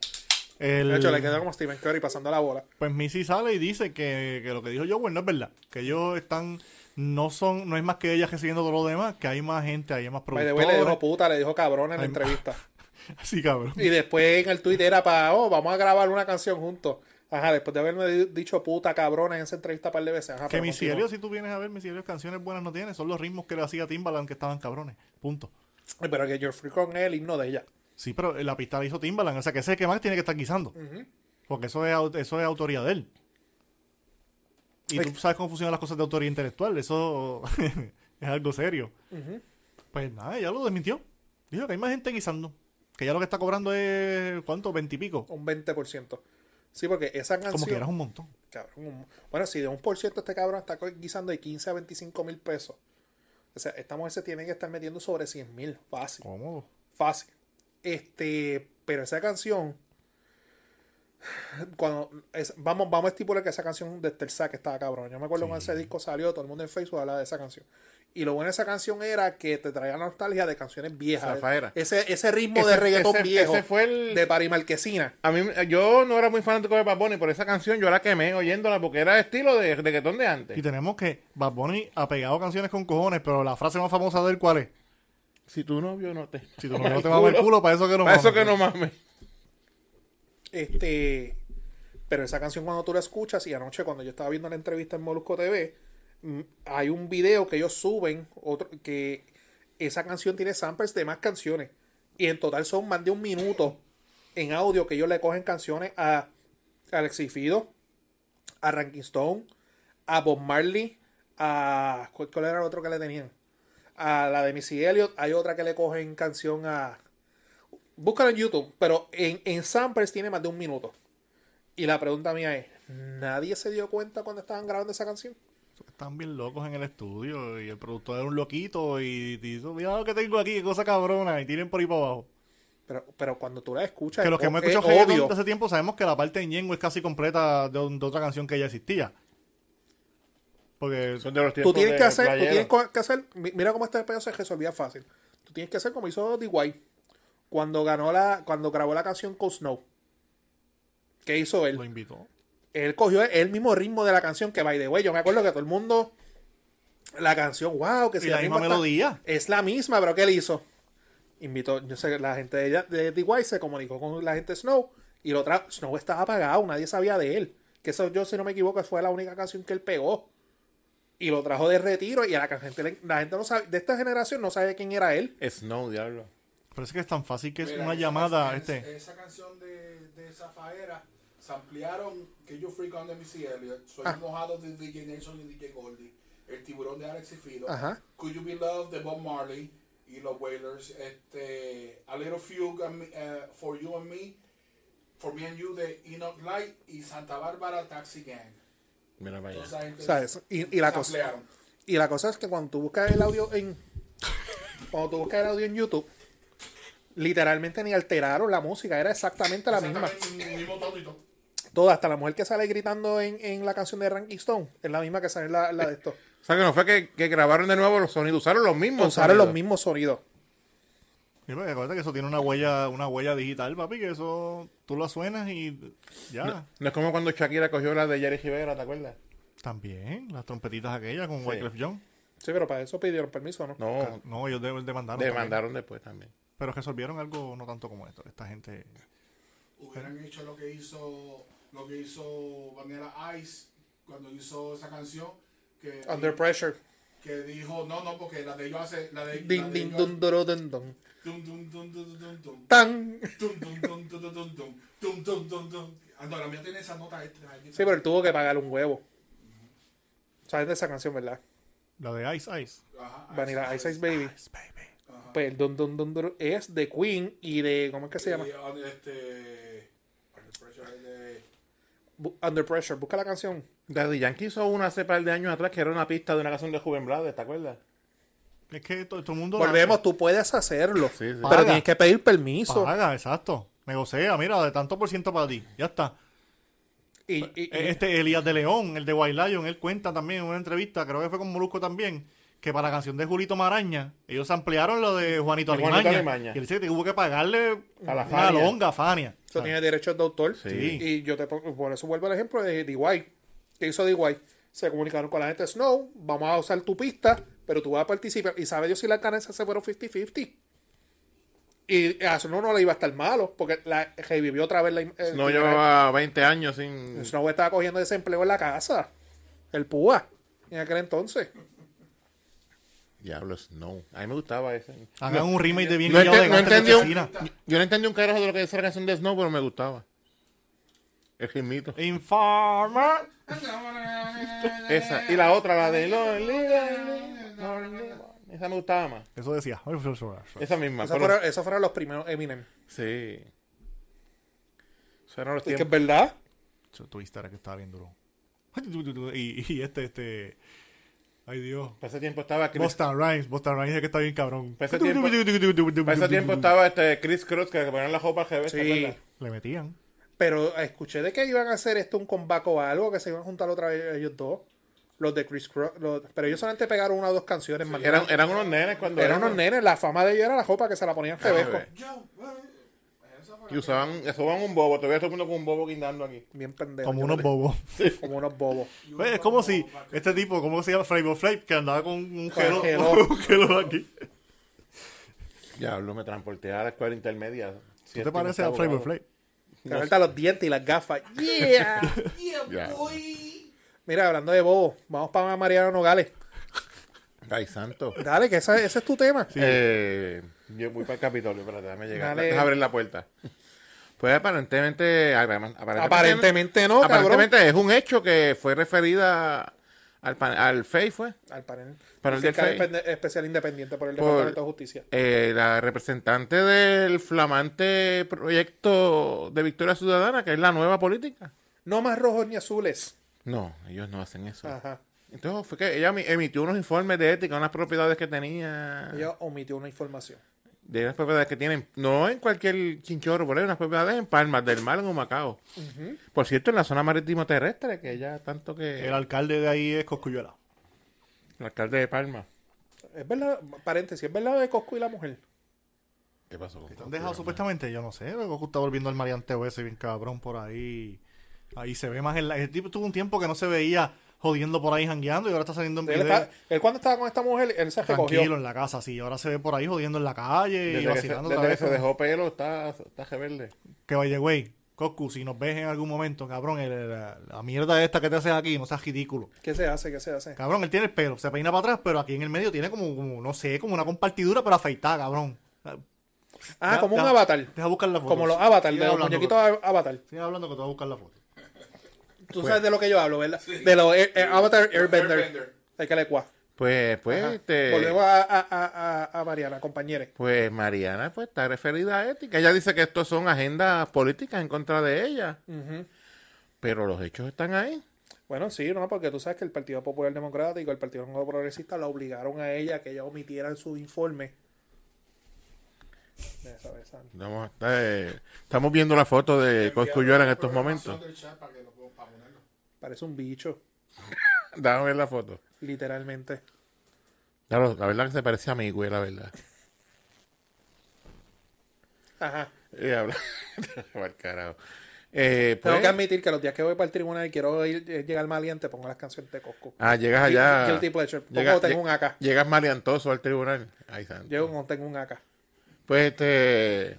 El- De hecho, le quedó como Steven Curry pasando la bola. Pues Missy sale y dice que, que lo que dijo Joel no es verdad. Que ellos están. No son. No es más que ellas recibiendo todo lo demás. Que hay más gente, hay más By the way, le productores. dijo puta, le dijo cabrón en la Ay, entrevista. Así, cabrón. Y después en el tweet era para, oh, vamos a grabar una canción juntos. Ajá, después de haberme di- dicho puta, cabrón en esa entrevista para par de veces. Ajá, Que pero Missy continúa. Elliott, si tú vienes a ver, Missy Elliott canciones buenas no tiene. Son los ritmos que le hacía Timbaland que estaban cabrones. Punto. Pero que You're Free con el himno de ella. Sí, pero la pista la hizo Timbaland. O sea, que ese que más tiene que estar guisando. Porque eso es, au- eso es autoría de él. Y tú sabes cómo funcionan las cosas de autoría intelectual. Eso (laughs) es algo serio. Pues nada, ella lo desmintió. Dijo que hay más gente guisando. Que ya lo que está cobrando es, ¿cuánto? Veintipico. Un 20%. Sí, porque esa canción... Como que eras un montón. Cabrón, un- bueno, si de un por ciento este cabrón está co- guisando de 15 a 25 mil pesos. O sea, esta mujer se tiene que estar metiendo sobre 100 mil. Fácil. Cómodo. Fácil. Este, pero esa canción. Cuando es- vamos, vamos a estipular que esa canción de Terza que estaba cabrón. Yo me acuerdo cuando ese disco salió, todo el mundo en Facebook hablaba de esa canción. Y lo bueno de esa canción era que te traía nostalgia de canciones viejas. Zafaera. Ese, ese ritmo Ese- de reggaetón ese- viejo. ese fue el- De Pari Marquesina. A mí, yo no era muy fanático de Bad Bunny, pero esa canción yo la quemé oyéndola porque era estilo de reggaetón de Y antes. tenemos que Bad Bunny ha pegado canciones con cojones, pero la frase más famosa de él, ¿cuál es? Si tu novio no te. (laughs) Si tu no te va a ver culo, para eso que no Para eso mames. que no mames. Este, pero esa canción cuando tú la escuchas y anoche cuando yo estaba viendo la entrevista en Molusco TV, mm, hay un video que ellos suben otro que esa canción tiene samples de más canciones y en total son más de un minuto en audio que ellos le cogen canciones a Alexis Fido, a Ranking Stone, a Bob Marley, a ¿cuál, cuál era el otro que le tenían? A la de Missy Elliott, hay otra que le cogen canción a Búscalo en YouTube, pero en, en samples tiene más de un minuto. Y la pregunta mía es, ¿nadie se dio cuenta cuando estaban grabando esa canción? Están bien locos en el estudio y el productor era un loquito y dijo, mira lo que tengo aquí, qué cosa cabrona, y tiren por ahí para abajo. Pero, pero cuando tú la escuchas, que los que hemos es escuchado obvio. reggaetón de hace tiempo sabemos que la parte en Yengo es casi completa de, un- de otra canción que ya existía. Porque Son de los Tú tiempos tienes de que hacer, tú playero. tienes co- que hacer, mi- mira cómo este pedo se resolvía fácil. Tú tienes que hacer como hizo D.Y. cuando ganó la, cuando grabó la canción Cold Snow. ¿Qué hizo él? lo invitó. él cogió el mismo ritmo de la canción que by the way. Yo me acuerdo que todo el mundo. La canción, wow, que Y si la el misma ritmo está- melodía. es la misma, pero ¿qué él hizo? Invitó, yo sé que la gente de, ella- de DY se comunicó con la gente de Snow y lo trajo. Snow estaba apagado, nadie sabía de él. Que eso, yo, si no me equivoco, fue la única canción que él pegó. Y lo trajo de retiro y a la gente, le- la gente no sabe, de esta generación no sabe quién era él. Snow, diablo. Pero es que es tan fácil que es Mira, una esa- llamada, esa- este. Esa canción de, de Zafaera se ampliaron que yo freak on de Missy Elliott, Soy Ah. mojado de DJ Nelson y DJ Goldie, El tiburón de Alex y Fido, Ajá. Could You Be Loved de Bob Marley y los Wailers, este, A Little Fugue and Me- eh, for You and Me, For Me and You de Enoch Light y Santa Bárbara Taxi Gang. Mira para allá. Entonces, esa gente ¿Sabes? Y, y la cosa. ampliaron. Y la cosa es que cuando tú buscas el audio en. cuando tú buscas el audio en YouTube, literalmente ni alteraron la música, era exactamente la misma. Exactamente, mismo tonito. Toda, hasta la mujer que sale gritando en, en la canción de Ranking Stone, es la misma que sale en la, la de esto. O sea, que no fue que, que grabaron de nuevo los sonidos, usaron los mismos. Usaron los sonidos. mismos sonidos. Sí, porque pues, acuérdate que eso tiene una huella, una huella digital, papi, que eso tú la suenas y ya. No es como cuando Shakira cogió la de Jerry Rivera, ¿te acuerdas? También, las trompetitas aquellas con Wyclef John. Sí, pero para eso pidieron permiso, ¿no? No, No, ellos de- Ah, demandaron. también. demandaron después también. Pero resolvieron algo no tanto como esto. Esta gente. hubieran hecho lo que hizo lo que hizo Vanilla Ice cuando hizo esa canción que, Under pressure. que dijo no no porque la de ellos hace la de, la Ding, de ding, ellos- dun, duro, dun, dun. Dum, dum, dum, dum, dum, dum. Tan. Dum, dum, dum, dum, dum, dum, dum. Dum, dum, dum, dum. Ah, no, la mía tiene esa nota extra aquí. Sí, pero él tuvo que pagar un huevo. ¿Sabes de esa canción, verdad? La de Ice Ice. Ajá, ahí Vanilla Ice está. Ice Baby. Pues el dun, dun, dun, dun, es de Queen y de. ¿Cómo es que se llama? Y, ah, este Under Pressure de- Bu- Under Pressure. Busca la canción. Daddy Yankee hizo una hace par de años atrás que era una pista de una canción de Juven Blades, ¿te acuerdas? Es que todo, todo el mundo. Volvemos, tú puedes hacerlo. Sí, sí. Pero Paga. tienes que pedir permiso. Paga, exacto. Negocia, mira, de tanto por ciento para ti. Ya está. Y, y- y- Eh, Este Elías de León, el de White Lion, él cuenta también en una entrevista, creo que fue con Molusco también, que para la canción de Julito Maraña, ellos ampliaron lo de Juanito, De Juanito Alimaña, Alimaña. Y él dice que tuvo que pagarle A la una Fania. longa a Fania. eso tiene derechos de autor. Ah. Sí. Y yo te pongo- por eso vuelvo al ejemplo de DY. ¿Qué hizo DY? Se comunicaron con la gente de Snow, vamos a usar tu pista, pero tú vas a participar. Y sabe Dios si las ganancias se fueron 50-50. Y a Snow no le iba a estar malo, porque la, revivió otra vez la... im- el- No llevaba 20 años sin. Snow estaba cogiendo desempleo en la casa. El púa. En aquel entonces. Diablo, Snow. A mí me gustaba ese. Hagan un remake de bien No, guillado enten- de no Gatos de entendí un- Oficina. yo, yo no entendí un carajo de lo que decía la canción de Snow, pero me gustaba. El gimito. Informer. Esa. Y la otra, la de Lonely, Lonely. Esa me gustaba más. Eso decía. Esa misma. Esos pero- fueron, esos fueron los primeros Eminem. Sí. Eso eran los Y que es tiempos. verdad. Eso, Twister era que estaba bien duro. (laughs) Y, y este, este. Ay Dios. Para ese tiempo estaba Chris. Boston Rhymes, Boston Rhymes es que está bien cabrón. Para ese tiempo- Para ese tiempo estaba este Chris Cross que le ponían la ropa al revés. ¿te Sí. acuerdas? Le metían. Pero escuché de que iban a hacer esto un comeback o algo, que se iban a juntar otra vez ellos dos. Los de Chris Cross. los- pero ellos solamente pegaron una o dos canciones más. Eran, eran unos nenes cuando. Eran unos nenes. La fama de ellos era la jopa que se la ponían rebejo. bebé. Yo, eh, esa fue Y usaban, usaban un bobo. Todavía todo el mundo con un bobo guindando aquí. Bien Eh, pendejos. Como unos (laughs) bobos. Como unos bobos. la- Pues, es como si este tipo, ¿cómo se llama? Flavor Flav, que andaba con un Con gelo, gelo. (laughs) un gelo aquí. Diablo, me transporté a la escuela intermedia. ¿Qué te parece a Flavor Flav? Te faltan los dientes y las gafas. ¡Yeah! Ya. Uy. Mira, hablando de bobos, vamos para Mariano Nogales. Ay, santo. Dale, que esa- ese es tu tema. Eh, yo voy para el Capitolio, espérate, déjame llegar. Dale. Déjame abrir la puerta. Pues aparentemente, aparentemente, Aparentemente no, cabrón. Aparentemente es un hecho que fue referida al, pan- al FEI, fue. Al panel. Para el del Fiscal FEI. Espe- especial independiente por el Por- Departamento de Justicia. Eh, la representante del flamante proyecto de Victoria Ciudadana, que es la nueva política. No más rojos ni azules. No, ellos no hacen eso. Ah. Ajá. Entonces fue que ella mi- emitió unos informes de ética, unas propiedades que tenía. Ella omitió una información. De unas propiedades que tienen, no en cualquier chinchorro, por ahí, unas propiedades en Palmas del Mar, en Humacao. Por cierto, en la zona marítimo terrestre, que ya tanto que. El alcalde de ahí es Coscuyuela. el alcalde de Palma. Es verdad, paréntesis, es verdad de Cosco y la mujer. ¿Qué pasó? con ¿Te han dejado supuestamente? Yo no sé. Goku está volviendo al marianteo ese bien cabrón por ahí. Ahí se ve más el... El tipo tuvo un tiempo que no se veía jodiendo por ahí jangueando y ahora está saliendo en Él, video está- él cuando estaba con esta mujer, él se tranquilo recogió. en la casa. Sí, ahora se ve por ahí jodiendo en la calle y Desde que se, vacilando desde otra que vez. se dejó pelo, está, está rebelde. Que by the way, Goku, si nos ves en algún momento, cabrón, el- la, la mierda esta que te haces aquí, no seas ridículo. ¿Qué se hace? ¿Qué se hace? Cabrón, él tiene el pelo, se peina para atrás, pero aquí en el medio tiene como, como, no sé, como una compartidura para afeitar, cabrón. Ah, Ya- como un ya- avatar. Deja buscar la foto. Como los avatar, de Sigue los hablando, muñequitos Goku. av- avatar. Sigue hablando que te voy a buscar la foto. Tú sabes de lo que yo hablo, ¿verdad? De los air- air- avatar airbender. Airbender. El que le cua. Pues, pues, este, Volvemos a, a, a, a- a Mariana, compañeros. pues Mariana pues está referida a ética. Ella dice que estos son agendas políticas en contra de ella. Pero los hechos están ahí. Bueno, sí, no, porque tú sabes que el Partido Popular Democrático, el Partido Nuevo Progresista, la obligaron a ella que ella omitiera en su informe. Esa- esa- Vamos, eh, estamos viendo la foto de Cosculluela en estos Programación momentos. del chat para que lo puedan- para ponerlo. Parece un bicho, Dame ver la foto. literalmente. Claro, la verdad que se parece a mi güey, la verdad. (laughs) Ajá. Eh, habla- (laughs) Al carajo. Eh, Tengo pues- que admitir que los días que voy para el tribunal y quiero ir- eh, llegar maliente, pongo las canciones de Cosco. Ah, llegas allá. Guilty- guilty pleasure. Pongo Llega- tengo lle- un AK. Llegas maleantoso al tribunal. Ay, santo. Llego cuando tengo un AK. Pues este.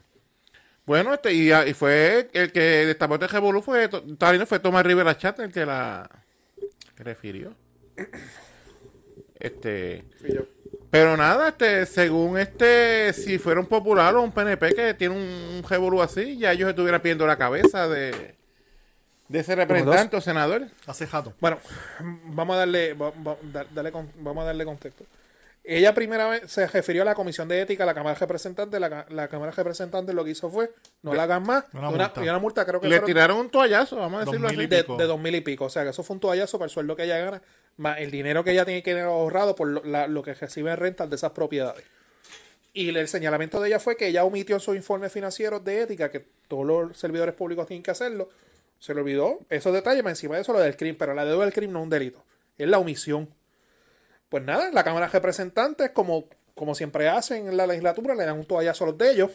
Bueno, este, y, y fue el que destapó este revolú fue, To- todavía no fue Tomás Rivera Chat el que la refirió. Este. Y yo, Pero nada, este, según este, si fuera un popular o un PNP que tiene un, un revolú así, ya ellos estuvieran pidiendo la cabeza de, de ese representante o senador. (laughs) Hace jato. Bueno, vamos a darle, va- va- da- dale con- vamos a darle contexto. Ella primera vez se refirió a la Comisión de Ética, a la Cámara de Representantes. La, ca- la Cámara de Representantes lo que hizo fue, no la hagan más. Una una- multa. y una multa, creo que Le fueron tiraron un toallazo, vamos a Dos decirlo mil y así. de, pico. de dos mil y pico. O sea, que eso fue un toallazo para el sueldo que ella gana, más el dinero que ella tiene que tener ahorrado por lo, la- lo que recibe en rentas de esas propiedades. Y el señalamiento de ella fue que ella omitió en sus informes financieros de ética, que todos los servidores públicos tienen que hacerlo, Se le olvidó esos detalles, más encima de eso lo del crimen, pero la deuda del crimen no es un delito, es la omisión. Pues nada, la Cámara de Representantes, como, como siempre hacen en la legislatura, le dan un toallazo a los de ellos.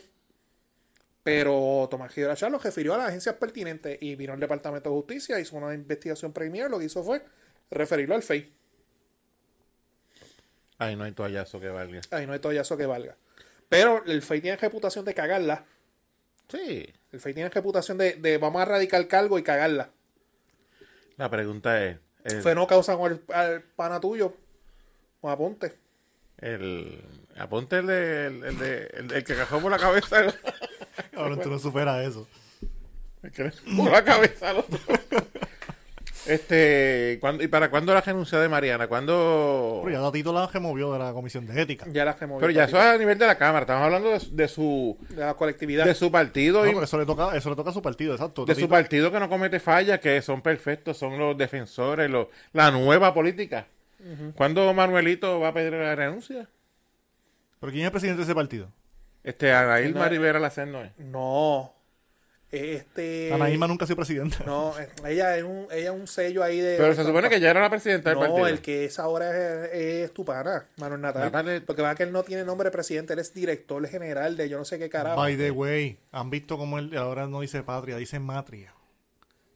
Pero Tomás Gibrachar lo refirió a las agencias pertinentes y vino al Departamento de Justicia, hizo una investigación preliminar, lo que hizo fue referirlo al FEI. Ay, no hay toallazo que valga. Ahí no hay toallazo que valga. Pero el FEI tiene reputación de cagarla. Sí. El FEI tiene reputación de, de vamos a radicar cargo y cagarla. La pregunta es, ¿el, Fue no causa con el al pana tuyo. Con apunte. el- aponte el, de, el, el de- el del que cajó por la cabeza? al- Cabrón, tú no superas eso. el que le por la cabeza al otro. Este, ¿cuándo- ¿y para cuándo la renuncia de Mariana? ¿Cuándo? Pero ya Tatito la removió de la comisión de ética. Ya las removió. Pero ya eso Tatito. es a nivel de la Cámara. Estamos hablando de, su- de su De la colectividad. de su partido No, y porque eso le toca, eso le toca a su partido, exacto. de su Tatito- partido que no comete fallas, que son perfectos, son los defensores, los, la nueva política. ¿Cuándo Manuelito va a pedir la renuncia? Pero ¿quién es el presidente de ese partido? Este, Ana Irma No. Rivera Lacer no es. Eh, No. Este. Ana Irma nunca ha (laughs) sido presidenta. No, eh, ella es un, ella es un sello ahí de. Pero se supone que ya era la presidenta del No, partido. el que es ahora es, es tu pana, Manuel Natal. Natal es- Porque va que él no tiene nombre de presidente, él es director general de yo no sé qué carajo. By the way, han visto cómo él ahora no dice patria, dice matria.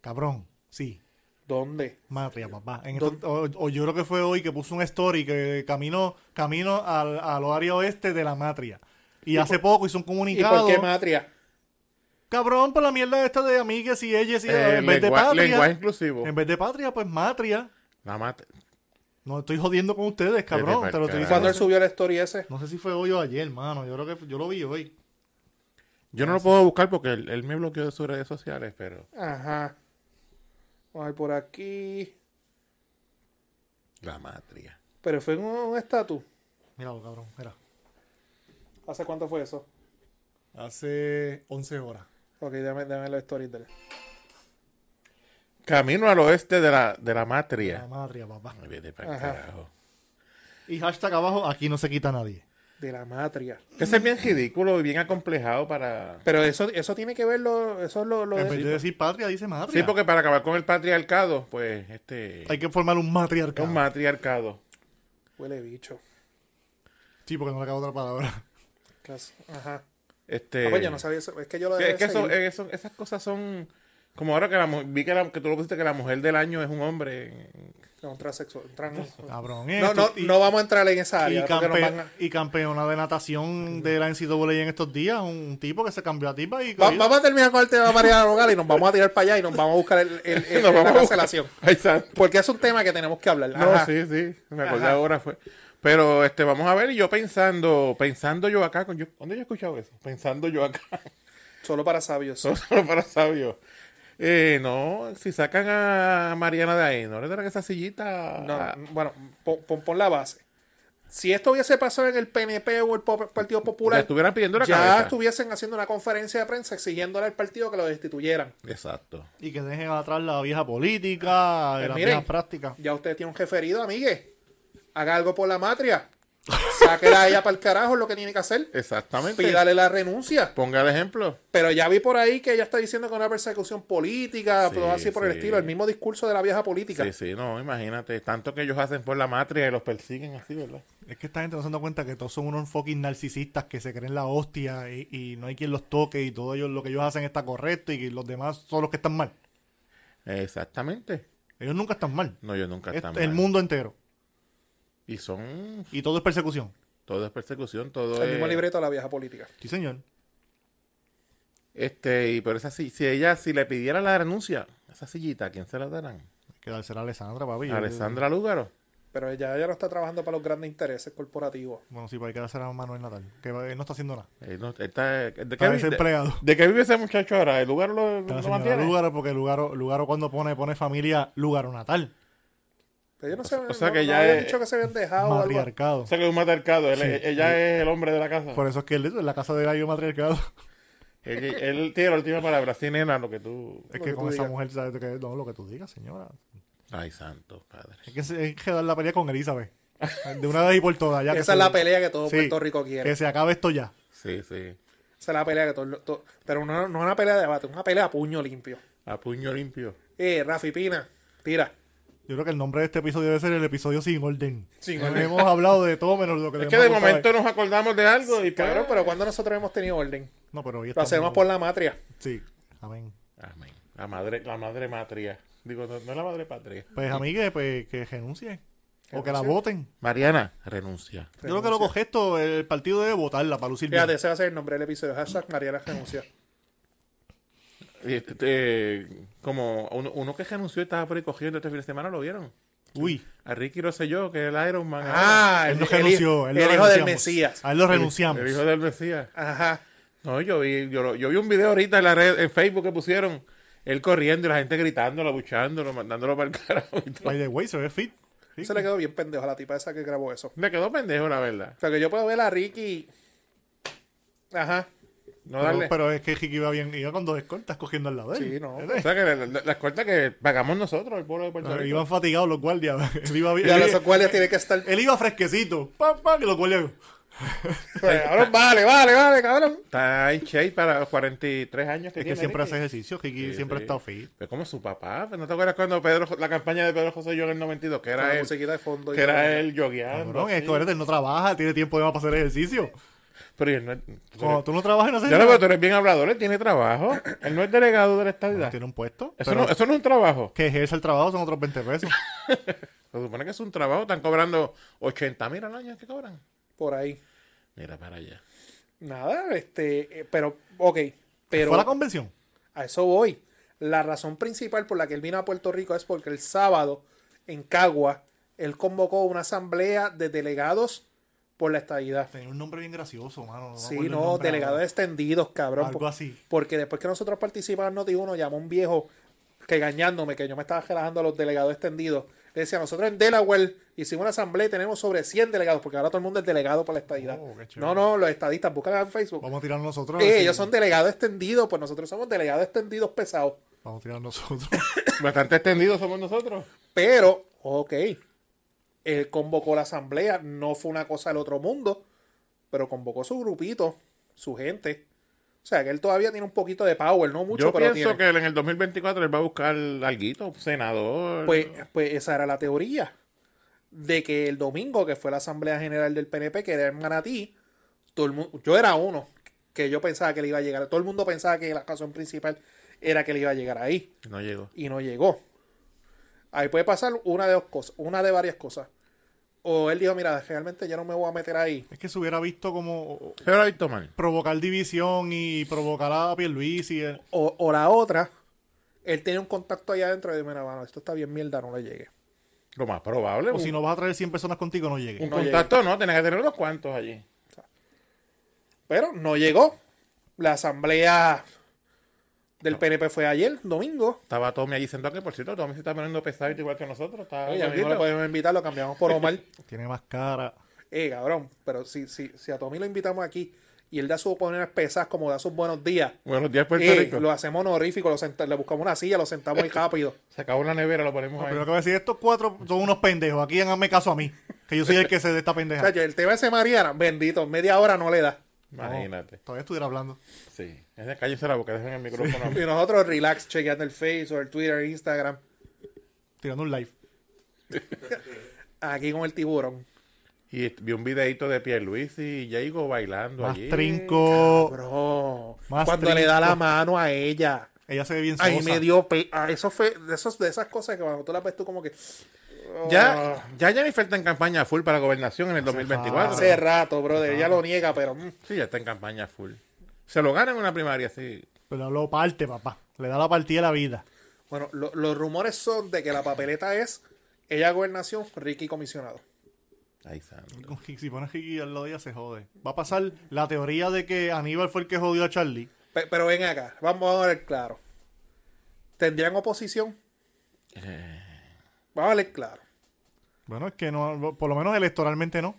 Cabrón, sí, ¿Dónde? matria, papá. En esto- o, o yo creo que fue hoy que puso un story que camino, camino al, al área oeste de la matria. Y, hace poco hizo un ¿Y por comunicado. qué matria? Cabrón, por la mierda esta de amigues y ellas y Eh, en vez de lengua- patria. lenguaje inclusivo. En vez de patria, pues matria. La mate. No estoy jodiendo con ustedes, cabrón. pa'l Te lo estoy carajo. Cuando diciendo. él subió la story ese. No sé si fue hoy o ayer, hermano. Yo creo que yo lo vi hoy. Yo no lo puedo buscar porque él, él me bloqueó de sus redes sociales, pero Ajá. Vamos a ver por aquí. la matria. Pero fue un, un estatus. Míralo, cabrón, mira. ¿Hace cuánto fue eso? Hace 11 horas. Ok, dame, dame la story de él. Camino al oeste de la, de la matria. La matria, papá. Ay, vete pa'l Ajá. carajo. Y hashtag abajo, aquí no se quita nadie. De la matria. Que ese es bien ridículo y bien acomplejado para... Pero eso, eso tiene que ver lo, eso es lo, lo En de- vez de decir patria, dice matria. Sí, porque para acabar con el patriarcado, pues este... Hay que formar un matriarcado. Un matriarcado. Huele bicho. sí, porque no le acabo otra (laughs) palabra. Casi. Ajá. Este... Ah, pues yo no sabía eso. Es que yo lo Sí, dejé es que eso- seguir. eso- esas cosas son... Como ahora que la, mu- vi que, la- que tú lo pusiste que la mujer del año es un hombre. No, un transexual. un trans- Ah, Cabrón, No, esto- no, y, no vamos a entrar en esa y área. porque nos campe- van a- y campeona de natación de la NCAA en estos días, un tipo que se cambió a tipa y... Va- vamos a terminar con el tema de Mariana Nogales y nos vamos a tirar para allá y nos vamos a buscar el, el- el- (laughs) Nos vamos la a- cancelación. (laughs) Ay, santo. Porque es un tema que tenemos que hablar. No, Ajá. sí, sí. Me acordé Ajá. ahora fue. Pero este, vamos a ver, y yo pensando, pensando yo acá, con- yo- ¿dónde yo he escuchado eso? Pensando yo acá, (laughs) Solo para sabios. no solo para sabios. Eh, no, si sacan a Mariana de ahí, no le darán esa sillita. No, a- bueno, pon, pon- pon la base. Si esto hubiese pasado en el PNP o el po- Partido le Popular, estuvieran pidiendo la ya cabeza. estuviesen haciendo una conferencia de prensa exigiéndole al partido que lo destituyeran. Exacto. Y que dejen atrás la vieja política, Pues la miren. vieja práctica. Ya usted tiene un referido, amigue. Haga algo por la (laughs) matria. Sáquela a ella para el carajo es lo que tiene que hacer. Exactamente. Pídale la renuncia. Ponga el ejemplo. Pero ya vi por ahí que ella está diciendo que una persecución política, Sí, todo así por el sí. estilo, el mismo discurso de la vieja política. Sí, sí, no, imagínate, tanto que ellos hacen por la matria y los persiguen así, ¿verdad? Es que esta gente no se da cuenta que todos son unos fucking narcisistas que se creen la hostia y, y no hay quien los toque y todo ellos, lo que ellos hacen está correcto y que los demás son los que están mal. Exactamente. Ellos nunca están mal. Este No, yo nunca Es- están el mal. mundo entero. Y son, Y todo es persecución. todo es persecución, todo El es... mismo libreto de la vieja política. Sí, señor. Este, y por esa si, si ella, si le pidiera la renuncia, esa sillita, ¿a quién se la darán? Hay que dársela a Alessandra, papi. ¿A Alessandra Lúgaro? Pero ella ya no está trabajando para los grandes intereses corporativos. Bueno, sí, pues hay que dársela a Manuel Natal. Que va- él no está haciendo nada. Él Eh, no- él está- ¿de, qué Está vi- de- desempleado. de qué vive ese muchacho ahora? ¿El Lúgaro lo, Está lo la señora mantiene? Lugaro porque Lugaro, Lugaro cuando pone, pone familia Lugaro Natal. Pero yo no sé, O sea no- que no ya habían es- dicho que se habían dejado. o algo. Matriarcado. O sea que es un matarcado, él, e- ella es el hombre de la casa. Por eso es que él en la casa de gallo matriarcado. Él, él tiene la última palabra, sí, nena, lo que tú... Es Lo que que con tú esa digas. mujer, ¿sabes? Que- no, lo que tú digas, señora. Ay, santo, padre. Hay que, hay que dar la pelea con Elizabeth. De una vez y por todas. Ya que Esa se- es la pelea que todo Sí, Puerto Rico quiere. Que se acabe esto ya. Sí, sí. Esa es la pelea que todo. todo- pero no, no es una pelea de debate, es una pelea a puño limpio. A puño limpio. Eh, Rafi Pina, tira. Yo creo que el nombre de este episodio debe ser el episodio sin orden. Sin Eh, orden. Hemos hablado de todo menos lo que Es les que de hemos gustado. momento nos acordamos de algo y pues- Cabrón, claro, pero cuando nosotros hemos tenido orden? No, pero hoy Lo estamos- hacemos por la matria. Sí, amén. Amén. La madre, la madre matria. Digo, no, no es la madre patria. Pues, amigues, pues que renuncie. O que la Renuncie. voten. Mariana, renuncia. Yo creo que lo coge esto, el partido debe votarla para lucir bien. Fíjate, ese va a ser el nombre del episodio. Hashtag Mariana renuncia. Este, eh, como uno, uno que renunció y estaba por ahí cogiendo este fin de semana, ¿lo vieron? Uy, A Ricky Rosselló, que es el Iron Man. Ah, él el, no el- renunció. él el lo hijo del renunciamos. Mesías. A él lo ahora. renunciamos. El hijo del Mesías. Ajá. No, yo vi, yo, lo- yo vi un video ahorita en la red, en Facebook que pusieron. Él corriendo y la gente gritándolo, buchándolo, mandándolo para el carajo (laughs) y todo. By the way, se ve fit. Sí. Se le quedó bien pendejo a la tipa esa que grabó eso. Me quedó pendejo, la verdad. O sea, que yo puedo ver a Ricky. Ajá. No Pero, darle. pero es que Ricky iba bien, iba con dos escoltas cogiendo al lado de él. Sí, no. O sea, que la- la- las cuentas que pagamos nosotros, el pueblo de Puerto Pero Rico. Iban fatigados los guardias. (laughs) Él iba, bien- Y a él- los cuales tiene que estar. él iba fresquecito. Pam, pam, y los guardias. Cabrón, vale, vale, vale, cabrón. Está en shape para los 43 años que Es que tiene, siempre Ricky. hace ejercicio. Ricky Sí, siempre sí. está fit. Pero como su papá. ¿No te acuerdas cuando Pedro, Jo- la campaña de Pedro José yo en el 92? Que Con era la él, musiquita de fondo. y que todo. era él yogueando. Cabrón, es así. que ahorita él no trabaja, tiene tiempo de más para hacer ejercicio. Pero él no es- tú Cuando eres- tú no trabajas, no haces Ya lo nada. veo, tú eres bien hablador, él tiene trabajo. Él no es delegado de la estadidad. Tiene un puesto. Eso, pero no, eso no es un trabajo. Que ejerce el trabajo son otros 20 pesos. Se supone que es un trabajo. Están cobrando 80 mil al año. ¿Qué cobran? Por ahí. Mira para allá. Nada, este. eh, Pero, ok. (laughs) Pero. ¿Fue a la convención? A eso voy. La razón principal por la que él vino a Puerto Rico es porque el sábado, en Cagua, él convocó una asamblea de delegados por la estadidad. Tenía un nombre bien gracioso, mano. Sí, no, delegados extendidos, cabrón. Algo por- así. Porque después que nosotros participamos en Noti1, llamó un viejo que engañándome, que yo me estaba relajando a los delegados extendidos. Le decía, nosotros en Delaware hicimos una asamblea y tenemos sobre 100 delegados, porque ahora todo el mundo es delegado por la estadidad. Oh, qué chévere. no, no, los estadistas, buscan en Facebook. Vamos a tirar nosotros. a Eh, ver si- ellos son delegados extendidos, pues nosotros somos delegados extendidos pesados. Vamos a tirar nosotros. (laughs) Bastante extendidos somos nosotros. Pero, ok, él convocó la asamblea, no fue una cosa del otro mundo, pero convocó su grupito, su gente. O sea, que él todavía tiene un poquito de power, no mucho, yo pero pienso tiene. que él en el 2024 él va a buscar alguito, senador. Pues, pues esa era la teoría de que el domingo, que fue la asamblea general del PNP, que era en Manatí, todo el mu- yo era uno que yo pensaba que le iba a llegar. Todo el mundo pensaba que la razón principal era que le iba a llegar ahí. No llegó. y no llegó. Ahí puede pasar una de dos cosas, una de varias cosas. O él dijo, mira, realmente ya no me voy a meter ahí. es que se hubiera visto como Pero lo ha visto mal. provocar división y provocar a Pierluisi. eh. O, o la otra, él tiene un contacto allá adentro y dijo, mira, mano, esto está bien mierda, no le llegue. Lo más probable. O un si no vas a traer 100 personas contigo, no llegue. un no contacto no, tenés que tener unos cuantos allí. Pero no llegó. La asamblea del PNP fue ayer, domingo. Estaba Tommy allí sentado, que por cierto, Tommy se está poniendo pesadito igual que nosotros. Está Oye, a mí no gordito. lo podemos invitar, lo cambiamos por (laughs) Omar. Tiene más cara. Eh, cabrón, pero si, si, si a Tommy lo invitamos aquí y él da sus opiniones pesadas como da sus buenos días, Buenos días, Puerto eh, Rico. lo hacemos honorífico, lo senta- le buscamos una silla, lo sentamos (laughs) ahí rápido. Se acabó la nevera, lo ponemos Ah, Lo ahí. primero que voy a decir, estos cuatro son unos pendejos. Aquí háganme caso a mí. Que yo soy el que se de esta O pendeja. sea, el tema ese Mariana, bendito, media hora no le da. Imagínate. Todavía estuviera hablando. Sí. Es de cállense la boca, dejen el micrófono. a mí. Y nosotros relax chequeando el Facebook, el Twitter, el Instagram, Tirando un live. aquí con el tiburón. Y est- vi un videito de Pierluisi y Diego bailando Más allí. trinco. Bro, Más cuando triste. le da la mano a ella. Ella se ve bien Ahí sosa. me dio pe- ah, eso fue de esos de esas cosas que cuando tú las ves tú como que oh, Ya, ya Jennifer está en campaña full para gobernación en el 2024. Ah. hace rato, brother, ella lo niega, pero mm, Sí, ya está en campaña full. Se lo gana en una primaria, sí. Pero lo parte, papá. Le da la partida de la vida. bueno, lo- los rumores son de que la papeleta es ella gobernación, Ricky comisionado. Ahí santo. Con Hickey, Si pones Hickey al lado de ella, se jode. Va a pasar la teoría de que Aníbal fue el que jodió a Charlie. Pe- pero ven acá, vamos a ver claro. ¿Tendrían oposición? Vamos a ver claro. Bueno, es que no, por lo menos electoralmente no.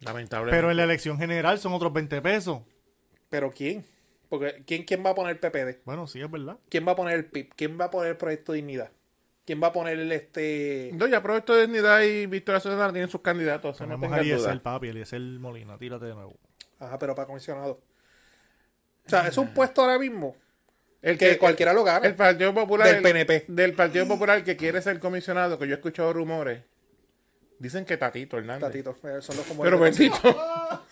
Lamentablemente. Pero en la elección general son otros 20 pesos. ¿Pero quién? Porque ¿quién, quién va a poner el PPD? Bueno, sí, es verdad. ¿Quién va a poner el PIB? ¿Quién va a poner el Proyecto Dignidad? ¿Quién va a poner el este... No, ya Proyecto de Dignidad y Victoria Ciudadana tienen sus candidatos. eso No Tenemos tengan ahí es duda. el papi, Eliezer Molina. Tírate de nuevo. Ajá, pero para comisionado. O sea, es un puesto ahora mismo El que cualquiera lo gana. El Partido Popular. Del el- PNP. Del Partido Popular que quiere ser comisionado, que yo he escuchado rumores. Dicen que Tatito Hernández. Tatito, eh, son los como Pero pues, bendito. (laughs)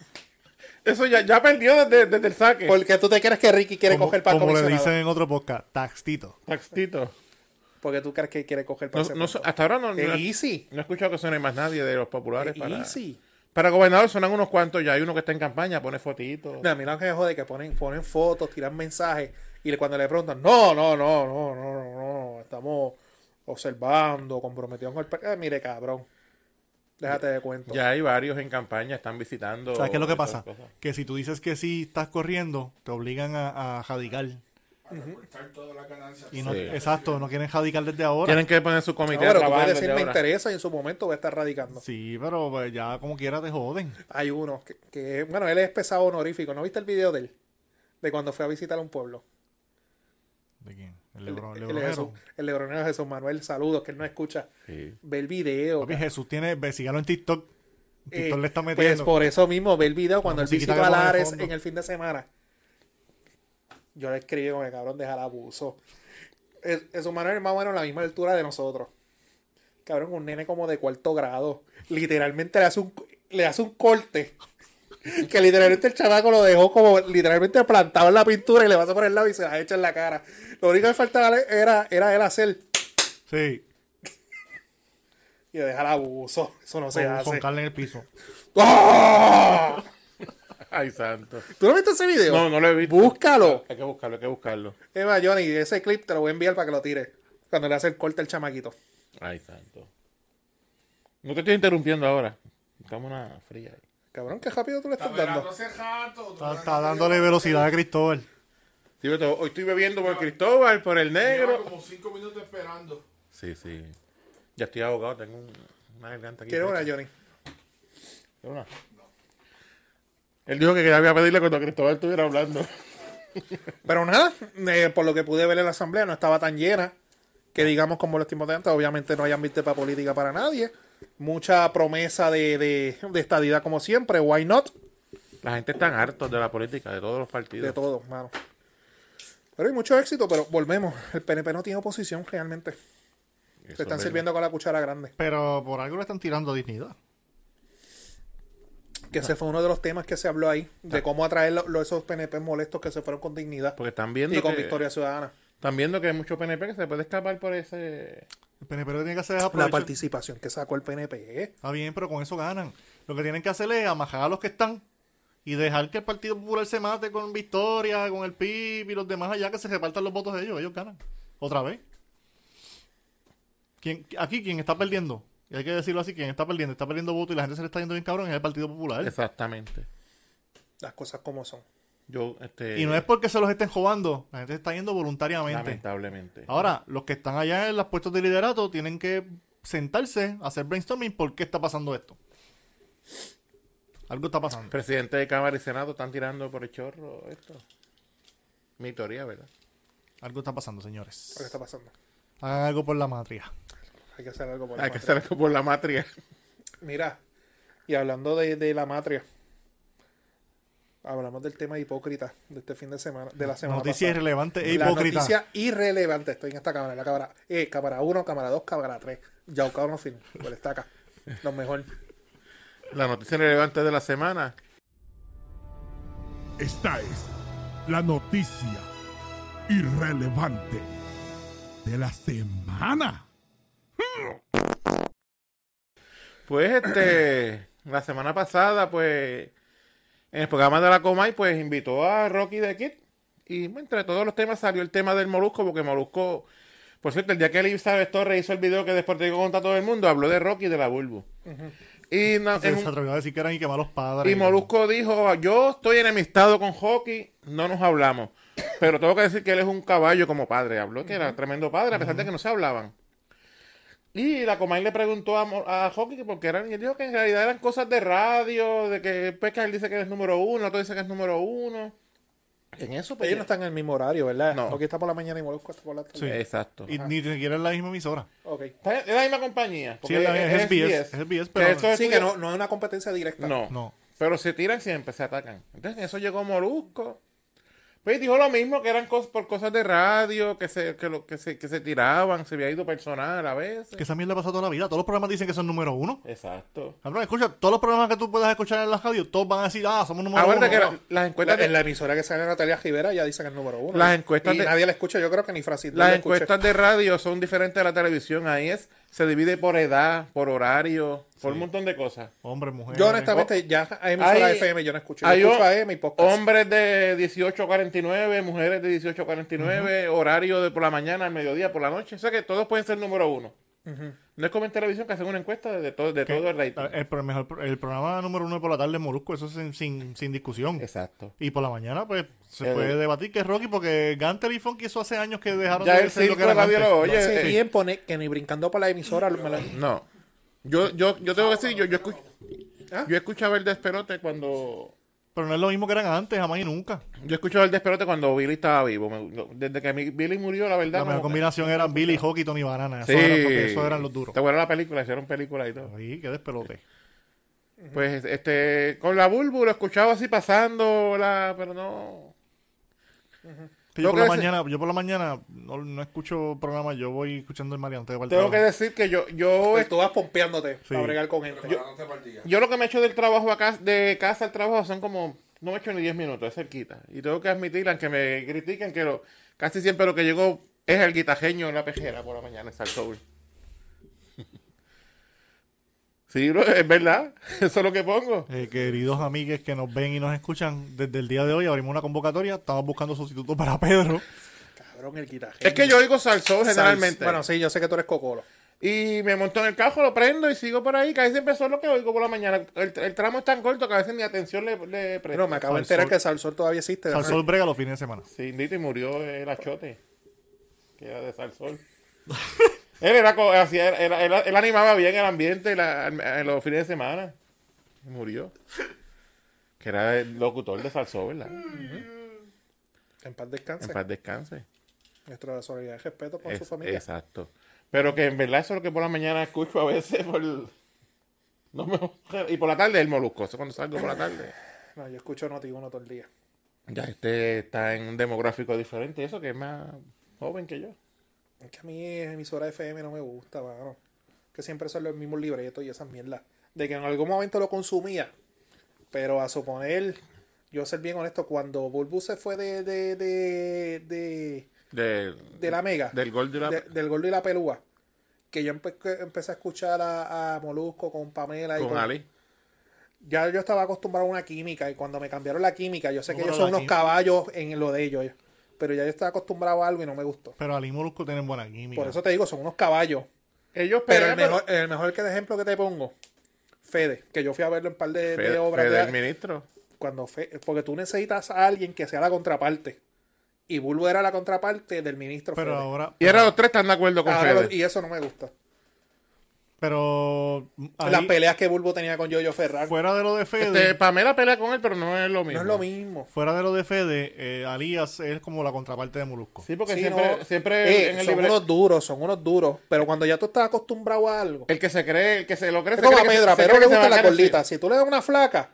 Eso ya, ya perdió desde, desde el saque. Porque tú te crees que Ricky quiere Como, coger para como le comisionado? dicen en otro podcast, taxtito. Taxito. Porque tú crees que quiere coger No, para no, hasta ahora no, no, Qué easy. no he escuchado que suene más nadie de los populares. Qué Para, easy. para gobernador sonan unos cuantos. Ya hay uno que está en campaña, pone fotitos. No, a mí no me jode que ponen, ponen fotos, tiran mensajes y le- cuando le preguntan, no, no, no, no, no, no, no, estamos observando, comprometidos con el... pa-". Ah, mire, cabrón, déjate de cuento. Ah, Ya hay varios en campaña, están visitando. ¿Sabes qué es lo que esas pasa? cosas. Que si tú dices que sí estás corriendo, te obligan a, a jadicar. Para recortar todas las ganancias. Y no, Sí. exacto, no quieren jadicar desde ahora. Tienen que poner su comité No, de pero tú trabajo puedes desde decir, me ahora. interesa y en su momento voy a estar radicando. Sí, pero pues, ya como quiera te joden. Hay uno que, que- bueno, él es pesado honorífico, ¿no viste el video de él? De cuando fue a visitar a un pueblo. ¿De quién? El El, Lebron- el- el Lebronero. Jesús- el lebronero Jesús Manuel, saludos, que él no escucha. Sí. Ve el video. Papi, ca- Jesús tiene, ve, sígalo en TikTok. En Eh, TikTok le está Pues metiendo. por eso mismo ve el video cuando él musiquita visitó que a pone de Lares fondo. en el fin de semana. Yo le escribí como el cabrón dejar abuso. Es, es un Manuel es más o menos a la misma altura de nosotros. Cabrón, un nene como de cuarto grado. Literalmente le hace un, le hace un (laughs) corte. Que literalmente el chamaco lo dejó como literalmente plantado en la pintura y le pasó por el lado y se la echa en la cara. Lo único que faltaba era, era él hacer Sí. y dejar abuso. Eso no se Con, con hace. carne en el piso. ¡Ah! Ay, santo. ¿Tú no viste ese video? No, no lo he visto. Búscalo. Hay que buscarlo, hay que buscarlo. Emma, Johnny, ese clip te lo voy a enviar para que lo tires. Cuando le hace el corte al chamaquito. Ay, santo. No te estoy interrumpiendo ahora. Estamos una fría. Cabrón, qué rápido tú le Está estás velando dando. hace rato. Está, está dándole velocidad a Cristóbal. Sí, pero te- hoy estoy bebiendo por Cristóbal, por el Lleva negro. como cinco minutos esperando. Sí, sí. Ya estoy ahogado, tengo un- una garganta aquí. Quiero una, Johnny. ¿Quieres una? Él dijo que quería pedirle cuando Cristóbal estuviera hablando. Pero nada, eh, por lo que pude ver en la asamblea, no estaba tan llena. Que digamos como los tiempos de antes, obviamente no hay ambiente para política para nadie. Mucha promesa de, de, de estadidad como siempre, why not? La gente está harta de la política, de todos los partidos. De todo, mano. Pero hay mucho éxito, pero volvemos. El PNP no tiene oposición realmente. Eso Se están es sirviendo con la cuchara grande. Pero por algo le están tirando dignidad. Que Ah. ese fue uno de los temas que se habló ahí, de cómo atraer lo- lo- esos PNP molestos que se fueron con dignidad verdad. Ah. Porque están viendo, y con que, Victoria Ciudadana. están viendo que hay muchos PNP que se puede escapar por ese... El PNP lo que tiene que hacer es La aprovechar. participación que sacó el PNP. ¿eh? Está bien, pero con eso ganan. Lo que tienen que hacer es amajar a los que están y dejar que el Partido Popular se mate con Victoria, con el PIB y los demás allá que se repartan los votos de ellos. Ellos ganan. Otra vez. ¿Quién, aquí quien está perdiendo, y hay que decirlo así, quien está perdiendo, está perdiendo votos y la gente se le está yendo bien cabrón es el Partido Popular. Exactamente. Las cosas como son. Yo, este... Y no es porque se los estén jugando, la gente se está yendo voluntariamente. Lamentablemente. Ahora, los que están allá en los puestos de liderato tienen que sentarse, hacer brainstorming, ¿por qué está pasando esto? Algo está pasando. Presidente de Cámara y Senado están tirando por el chorro esto. Mi teoría, ¿verdad? Algo está pasando, Lo que señores. está pasando. Hagan algo por la matria. Hay que hacer algo por la Hay Ah, que patria. hacer algo por la matria. Mira, y hablando de, de la matria, hablamos del tema hipócrita de este fin de semana, de la semana Noticia pasada. irrelevante e La hipócrita. noticia irrelevante. Estoy en esta cámara, en la cámara, eh, cámara 1, cámara 2, cámara 3. Yaucao no fin. Pues está acá. Lo mejor. La noticia relevante de la semana. Esta es la noticia irrelevante de la semana. Pues este, (clears throat) la semana pasada, pues, en el programa de la Comay, pues invitó a Rocky de Kid. Y bueno, entre todos los temas salió el tema del Molusco, porque Molusco, por cierto, el día que Elizabeth Torres hizo el video que después te contra todo el mundo, habló de Rocky y de la Bulbu. Y na- Se, en se un- atrevió a decir que eran y que malos padres. Y Molusco dijo, yo estoy enemistado con Hockey, no nos hablamos. Pero tengo que decir que él es un caballo como padre. Habló que era tremendo padre, a pesar de que no se hablaban. Y la Comay le preguntó a, Mo- a Hockey que por qué eran, y él dijo que en realidad eran cosas de radio, de que pues, que él dice que es número uno, otro dice que es número uno. En eso, pues, Ellos no están en el mismo horario, ¿verdad? No. No. Aquí está por la mañana y Molusco está por la tarde. Sí. Exacto. Y ni siquiera es la misma emisora. Ok. Está en- es la misma compañía. porque es la- es SBS, es SBS, pero- Que esto es Sí, tuyo. que no, no es una competencia directa. No. No. Pero se tiran siempre, se atacan. Entonces, en eso llegó Molusco. Pues dijo lo mismo, que eran cos- por cosas de radio, que se, que, lo, que, se, que se tiraban, se había ido personal a veces. Que esa mierda ha pasado toda la vida. Todos los programas dicen que son número uno. Exacto. Cabrón, escucha, todos los programas que tú puedas escuchar en la radio, todos van a decir, ah, somos número Acuérdate uno. que no. la- las encuestas La- de, en la emisora que sale Natalia Rivera ya dice que es número uno. Las encuestas Y de- nadie la escucha, yo creo que ni Francis las la escucha. encuestas de radio son diferentes a la televisión. Ahí es, se divide por edad, por horario, por un montón de cosas. Hombre, mujer. Yo honestamente ya a emisora Hay- FM yo no escucho. Yo Hay escucho ho- AM y podcast. hombres de 18 a 49, mujeres de 18 a 49, horario de por la mañana, al mediodía, por la noche. O sea que todos pueden ser número uno. No es como en televisión que hacen una encuesta de todo, de Que- todo el rating. el, pro- mejor pro- el programa número uno por la tarde es Molusco, eso es sin, sin, sin discusión. Exacto. Y por la mañana, pues, se Eh, puede debatir que es Rocky, porque Gantel y Funky eso hace años que dejaron Ya de el ser circo de radio lo oye. Hace eh, tiempo ne- que ni brincando por la emisora me la- No. Yo, yo, yo tengo que decir, yo, yo, escuch- yo escuchaba el desperote cuando... Pero no es lo mismo que eran antes, jamás y nunca. Yo escuchaba el desperote cuando Billy estaba vivo. Me- no, desde que mi- Billy murió, la verdad... La mejor como que- combinación eran Billy, Hockey y Tony Banana. Eso Sí. era- porque esos eran los duros. ¿Te acuerdas la película? Hicieron película y todo. Ay, qué despelote. Pues este, con la Bulbu lo escuchaba así pasando, la, pero no. Que Tengo yo, por la que decir- mañana, yo por la mañana no, no escucho programas, yo voy escuchando el maleante de Tengo que decir que yo, yo, Pues tú vas pompeándote Sí. para bregar con gente. Preparándote para el día. yo lo que me echo del trabajo acá, de casa al trabajo son como, no me echo ni 10 minutos, es cerquita. Y tengo que admitir, aunque me critiquen, que lo, casi siempre lo que llegó es el guitajeño en la pejera por la mañana, es al soul. (laughs) Sí, bro, es verdad, (laughs) eso es lo que pongo. Eh, queridos amigues que nos ven y nos escuchan, desde el día de hoy abrimos una convocatoria, estamos buscando sustituto (laughs) para Pedro. Cabrón, el guitaje. Es que yo oigo salsón Sals- generalmente. Bueno, sí, yo sé que tú eres cocolo. Y me monto en el cajo, lo prendo y sigo por ahí. Casi siempre eso es lo que oigo por la mañana. El, el tramo es tan corto que a veces mi atención le, le presta. Pero me acabo de Salsol. enterar que Salsor todavía existe. Al sol brega los fines de semana. Sí, indito, y murió el achote. Que era de Salsol. (laughs) él era, co- hacía- era- era- él animaba bien el ambiente la- en los fines de semana. Y murió. Que era el locutor de Salsol, ¿verdad? Mm. En paz En descanse. paz descanse. Nuestra solidaridad y respeto con su Es- familia. exacto. Pero que en verdad eso es lo que por la mañana escucho a veces por... No me... Y por la tarde el molusco. Eso es cuando salgo por la tarde. No, yo escucho Noti Uno todo el día. Ya este está en un demográfico diferente. Eso que es más joven que yo. Es que a mí emisora FM no me gusta, mano. Que siempre son los mismos libretos y esas mierdas. De que en algún momento lo consumía. Pero a suponer, yo ser bien honesto, cuando Bulbu se fue de, de, de, de, De, de la Mega, Del gol de la... de- del gordo y la pelúa, que yo empe- que empecé a escuchar a, a Molusco con Pamela y con con- Ali. Ya yo estaba acostumbrado a una química y cuando me cambiaron la química, yo sé que Bueno, ellos son la unos química. caballos en lo de ellos. Pero ya yo estaba acostumbrado a algo y no me gustó. Pero Ali y Molusco tienen buena química. Por eso te digo, son unos caballos. Ellos Pero pelean, el mejor, el mejor que de ejemplo que te pongo, Fede, que yo fui a verlo en un par de, de Fede, obras Fede, de- el ministro. cuando Fe- porque tú necesitas a alguien que sea la contraparte. Y Bulbo era la contraparte del ministro pero Fede. ahora, Y ahora los tres están de acuerdo con Ahora lo- Fede. y eso no me gusta. pero Ali, Las peleas que Bulbo tenía con Yoyo Ferran fuera de lo de Fede, Este, Pamela pelea con él, pero no es lo mismo. no es lo mismo. fuera de lo de Fede, eh, Ali es es como la contraparte de Molusco. Sí, porque Sí, siempre, no. siempre Eh, en el son libre... unos duros, son unos duros. Pero cuando ya tú estás acostumbrado a algo. El que se cree, el que se lo cree... Es se como a cree que se- Pedro, a se Pedro cree le que se va gusta a la ganar el gordita. sitio. Si tú le das una flaca,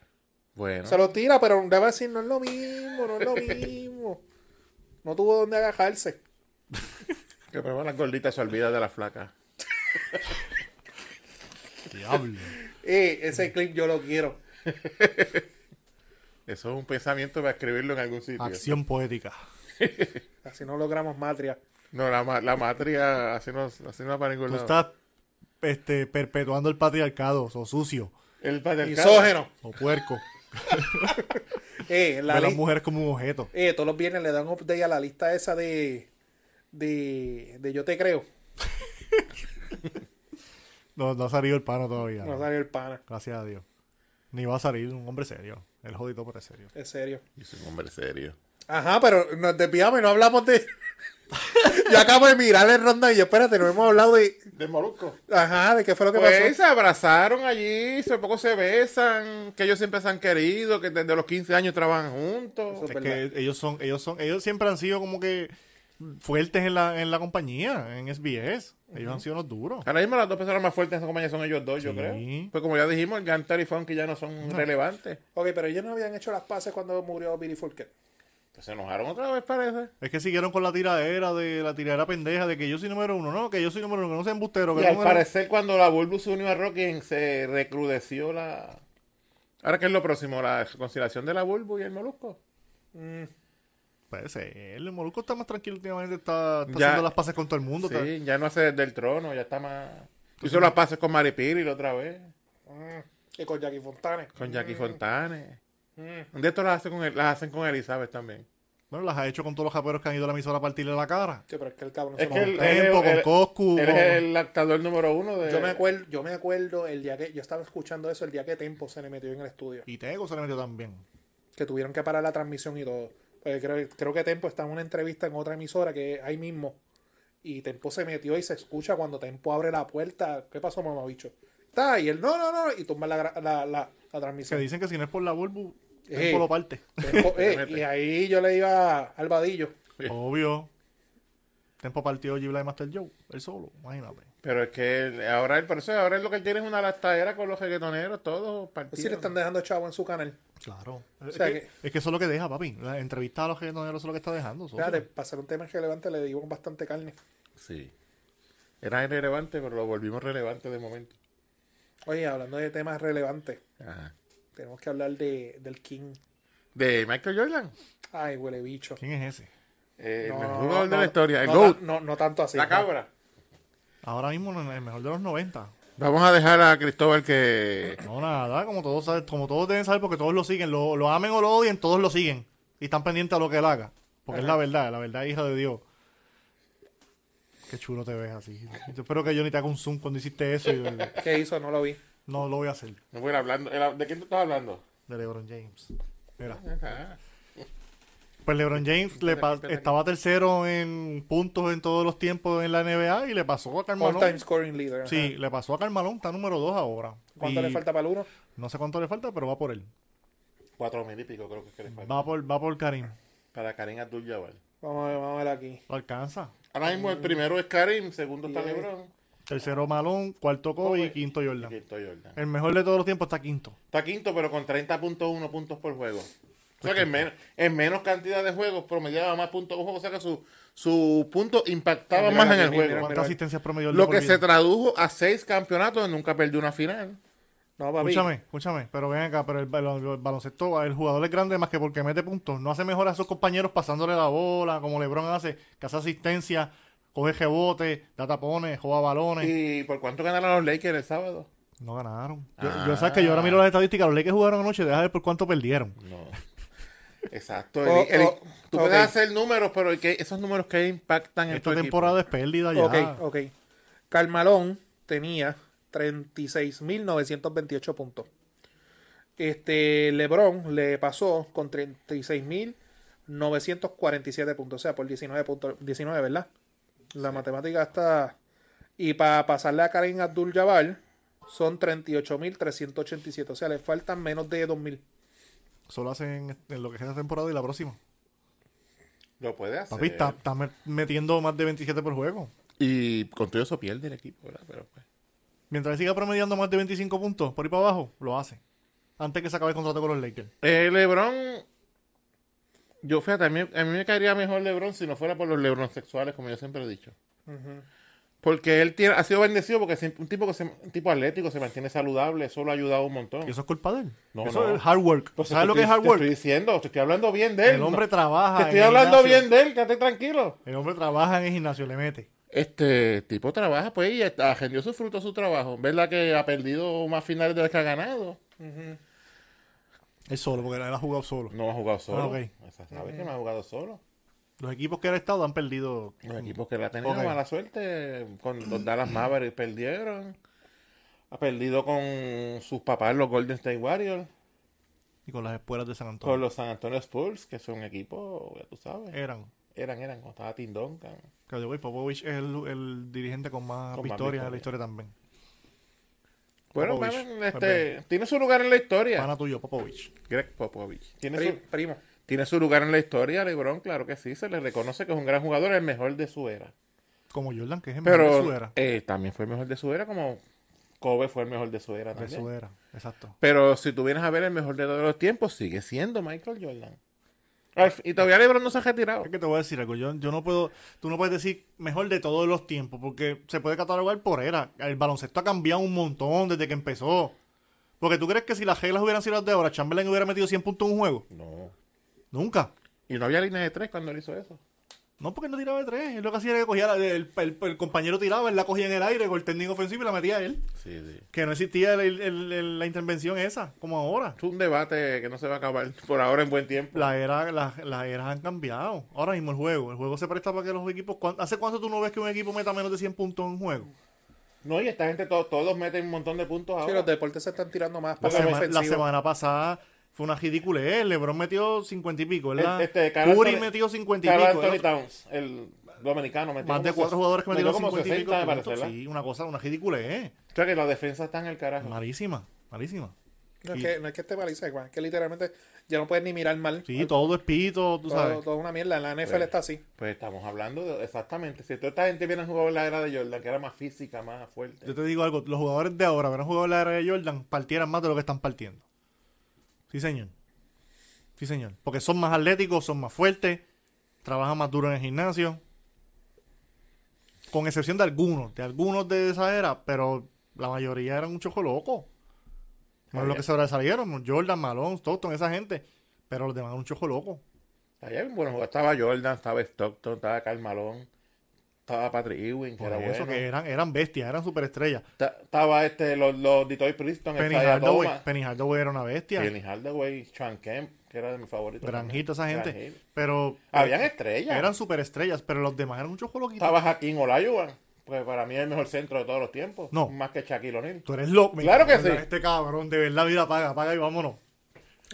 Bueno. se lo tira, pero le va a decir, no es lo mismo, no es lo mismo. No tuvo donde agajarse. Que pero las gorditas se olvida de la flaca. Diablo. Eh, ese clip yo lo quiero. Eso es un pensamiento para escribirlo en algún sitio. Acción poética. Así no logramos matria. No, la, ma- la matria, así no, así no va para ningún Tú lado. estás este, perpetuando el patriarcado, o sucio, El patriarcado. Misógeno. o puerco. Eh, la Ve a las li- mujeres como un objeto. eh, todos los viernes le dan update a la lista esa de. de, de Yo Te Creo. No, no ha salido el pano todavía. No salió el pana. Gracias a Dios. Ni va a salir un hombre serio. El jodido por serio. Es serio. Yo soy un hombre serio. Ajá, pero nos desviamos y no hablamos de. (laughs) yo acabo de mirar el ronda y yo, espérate, no hemos hablado de. De Molusco. Ajá, de qué fue lo que Pues pasó. se abrazaron allí, hace poco se besan, que ellos siempre se han querido, que desde los 15 años trabajan juntos. Eso- Es verdad. que ellos son, ellos son, ellos siempre han sido como que fuertes en la, en la compañía, en SBS. Ellos han sido los duros. Ahora mismo las dos personas más fuertes en esa compañía son ellos dos, yo Sí. creo. Pues como ya dijimos, el Gantar y Funky ya no son relevantes. Ok, pero ellos no habían hecho las paces cuando murió Billy Fulker. Pues se enojaron otra vez, parece. Es que siguieron con la tiradera de la tiradera pendeja de que yo soy número uno, no, que yo soy número uno, que no sea embustero, que Y al número- parecer, cuando la Bulbus se unió a Rocky, se recrudeció la. Ahora, ¿qué es lo próximo? ¿La conciliación de la Bulbus y el Molusco? Puede ser, el Molusco está más tranquilo últimamente, está, está Ya. haciendo las paces con todo el mundo. está- Pues Sí, ya no hace del trono, ya está más. Hizo las pases con Maripiri la otra vez, Que eh, con Jackie Fontane. con Jackie Fontane. De esto las hacen con, el- las hacen con Elizabeth también. Bueno, las ha hecho con todos los japeros que han ido a la emisora a partirle la cara. Sí, pero es que el cabrón se Es que enojó. el- Tempo, él- con él- Coscu. Él con- es el actador número uno de. Yo me acuerdo, yo me acuerdo el día que yo estaba escuchando eso el día que Tempo se le metió en el estudio. Y Tego se le metió también. Que tuvieron que parar la transmisión y todo. Porque creo, creo que Tempo está en una entrevista en otra emisora que es ahí mismo. Y Tempo se metió y se escucha cuando Tempo abre la puerta. ¿Qué pasó, mamabicho? Está, y él, no, no, no. Y tumba la, gra- la, la, la Que transmisión. dicen que si no es por la Bulbu, Ey. es por lo parte. Tempo, eh, mete. y ahí yo le iba al vadillo. Obvio. Tempo partió Ghibli y Master Joe, él solo, imagínate. Pero es que él- ahora, él, por eso, ahora él lo que tiene es una lastadera con los reggaetoneros, todos Es decir, le partidos. están dejando chavo en su canal. Claro. sea es, que, que- es que eso es lo que deja, papi. La entrevista a los genoneros eso es lo que está dejando. socio. Espérate, para hacer un tema relevante le dimos bastante carne. Sí. Era irrelevante, pero lo volvimos relevante de momento. Oye, hablando de temas relevantes, Ajá. tenemos que hablar de, del King. De Michael Jordan. Ay, huele bicho. ¿Quién es ese? Eh, No, el no, jugador no, de no, la historia. El no, GOAT. tan- No, no tanto así. la no. cabra. Ahora mismo no es el mejor de los 90. Vamos a dejar a Cristóbal que. No, nada, como todos saben, como todos deben saber, porque todos lo siguen, lo, lo amen o lo odien, todos lo siguen. Y están pendientes a lo que él haga. Porque es la verdad, la verdad, hija de Dios. Qué chulo te ves así. Yo espero que yo ni te haga un zoom cuando hiciste eso. y- ¿Qué hizo? No lo (laughs) vi. no lo voy a hacer, No voy a ir hablando. Era- ¿De quién tú estás hablando? de LeBron James. Mira. Ah. Pues LeBron James le pa- estaba tercero en puntos en todos los tiempos en la NBA y le pasó a All time Carmalón. scoring leader. ajá. Sí, le pasó a Carmalón, está número 2 ahora. ¿Cuánto Y le falta para el uno? No sé cuánto le falta, pero va por él. Cuatro mil y pico, creo que es que le falta. Va por, va por Karim. Para Karim Abdul Jabbar. Vamos a ver, vamos a ver aquí. Lo alcanza. Ahora mismo Eh, el primero es Karim, segundo está Bien. LeBron. Tercero Malón, cuarto Kobe y Kobe. quinto y Jordan. quinto Jordan. El mejor de todos los tiempos está quinto. Está quinto, pero con 30.1 puntos por juego. O sea que en, men- en menos cantidad de juegos promediaba más puntos por juego. O sea que su, su punto impactaba Mira, más en el mira, juego. ¿Cuántas asistencias promedio Lo que se tradujo a seis campeonatos donde nunca perdió una final. No, papi. Escúchame, escúchame, pero ven acá, pero el, balo- el baloncesto, el jugador es grande más que porque mete puntos. No hace mejor a sus compañeros pasándole la bola, como LeBron hace, que hace asistencia, coge rebote, da tapones, juega balones. ¿Y por cuánto ganaron los Lakers el sábado? No ganaron. Yo, yo, sabes que Ah. yo ahora miro las estadísticas, los Lakers jugaron anoche, deja ver por cuánto perdieron. No. (laughs) Exacto. Oh, el- el- oh, tú ok. puedes hacer números, pero el que- esos números que impactan en tu Esta equipo. temporada es pérdida ya. Ok, ok. Carmalón tenía 36.928 puntos. Este LeBron le pasó con 36.947 puntos, o sea, por 19 puntos, 19, ¿verdad? La matemática está y para pasarle a Karim Abdul-Jabbar son 38.387, o sea, le faltan menos de 2.000. Solo hacen en lo que es esta temporada y la próxima. Lo puede hacer. Papi, estás estás met- metiendo más de 27 por juego. Y con todo eso pierde el equipo, ¿verdad? Pero pues. Mientras él siga promediando más de 25 puntos por ahí para abajo, lo hace. Antes que se acabe el contrato con los Lakers. Eh, LeBron. Yo, fíjate, a mí, a mí me caería mejor LeBron si no fuera por los LeBron sexuales, como yo siempre he dicho. Porque él tiene, ha sido bendecido porque es un tipo, que se- un tipo atlético, se mantiene saludable, eso lo ha ayudado un montón. Y eso es culpa de él. No, eso no. es hard work. Pues ¿Sabes te lo que es estoy- hard te work? estoy diciendo, te estoy hablando bien de él. El hombre No, trabaja. Te estoy en el hablando gimnasio. bien de él, quédate tranquilo. El hombre trabaja en el gimnasio, le mete. Este tipo trabaja, pues, y está- agendió su fruto su trabajo. ¿Verdad que ha perdido más finales de las que ha ganado? Él solo, porque él ha jugado solo. No ha jugado solo. Ah, ok. Esa- ¿Sabes que no ha jugado solo? Los equipos que él ha estado han perdido. Los equipos que la han tenido Ok. mala suerte con los Dallas Mavericks perdieron. Ha perdido con sus papás, los Golden State Warriors, Y con las espuelas de San Antonio. con los San Antonio Spurs, que son equipos, ya tú sabes. Eran. Eran, eran, cuando estaba Tim Duncan. Claro, yo voy, Popovich es el, el dirigente con más Con más victorias de la victorias. historia también. Bueno, Popovich, bueno, pues este, tiene su lugar en la historia. Pana tuyo, Popovich. Greg Popovich. Tiene Pri- su, Primo. tiene su lugar en la historia, LeBron, claro que sí. Se le reconoce que es un gran jugador, el mejor de su era. Como Jordan, que es el mejor de su Pero era. eh, también fue el mejor de su era, como Kobe fue el mejor de su era De también. su era, exacto. Pero si tú vienes a ver el mejor de todos los tiempos, sigue siendo Michael Jordan. Al fin- Y todavía LeBron no se ha retirado. Ah, Es que te voy a decir algo. Yo, yo no puedo. Tú no puedes decir mejor de todos los tiempos, porque se puede catalogar por era. El baloncesto ha cambiado un montón desde que empezó. Porque tú crees que si las reglas hubieran sido las de ahora, Chamberlain hubiera metido 100 puntos en un juego. No. Nunca. Y no había línea de tres cuando él hizo eso. No, porque él no tiraba de tres. Él lo que hacía era que cogía la- el, el- el compañero tiraba, él la cogía en el aire con el técnico ofensivo y la metía a él. Sí, sí. Que no existía el- el- el- la intervención esa, como ahora. Es un debate que no se va a acabar (laughs) por ahora en buen tiempo. La era, la- las eras han cambiado. Ahora mismo el juego. El juego se presta para que los equipos. ¿cuán- ¿Hace cuánto tú no ves que un equipo meta menos de 100 puntos en un juego? No, y esta gente, to- todos meten un montón de puntos ahora. Este, Sí, los deportes se están tirando más La, para ser sema- la ofensivos. semana pasada fue una ridiculez. ¿eh? LeBron metió 50 y pico, ¿verdad? Este, este, Carl Curry Anthony- metió 50 y Carl pico. Anthony ¿verdad? Towns, el dominicano, metió Más de como cuatro ses- jugadores que metieron como 50 y pico. 60, me puntos. parece, ¿verdad? Sí, una cosa, una ridiculez. O sea que la defensa está en el carajo. Malísima, malísima. No, es que, no es que esté mal, Isaac, Juan, es que literalmente ya no puedes ni mirar mal. Sí, todo es pito, tú Todo- sabes. todo una mierda. La NFL está así. Pues estamos hablando de- exactamente. Si toda esta gente viene a jugar la era de Jordan, que era más física, más fuerte. Yo te digo algo, los jugadores de ahora, que no han jugado la era de Jordan, partieran más de lo que están partiendo. Sí, señor. Sí, señor. Porque son más atléticos, son más fuertes, trabajan más duro en el gimnasio. Con excepción de algunos, de algunos de esa era, pero la mayoría eran un choco loco. No es lo que sobresalieron, Jordan, Malone, Stockton, esa gente. Pero los demás eran un choco loco. Allá había buenos jugadores. Estaba Jordan, estaba Stockton, estaba Karl Malone, estaba Patrick Ewing, que Por era eso bueno. que eran, eran bestias, eran superestrellas. Ta- Estaba este, los, los Detroit Pistons, Penny estaba Hardaway, Thomas, Penny Hardaway era una bestia. Penny Hardaway, Sean Kemp, que era de mis favoritos. también. Granjito esa gente. Gran Hill. Pero eh, Habían estrellas. Eran superestrellas, pero los demás eran muchos juegos Estaba Jaquín Olajuwon, pues para mí es el mejor centro de todos los tiempos. No. Más que Shaquille O'Neal. Tú eres loco. mira, Claro que mira, sí. Este cabrón, de verdad, mira, paga, paga y vámonos.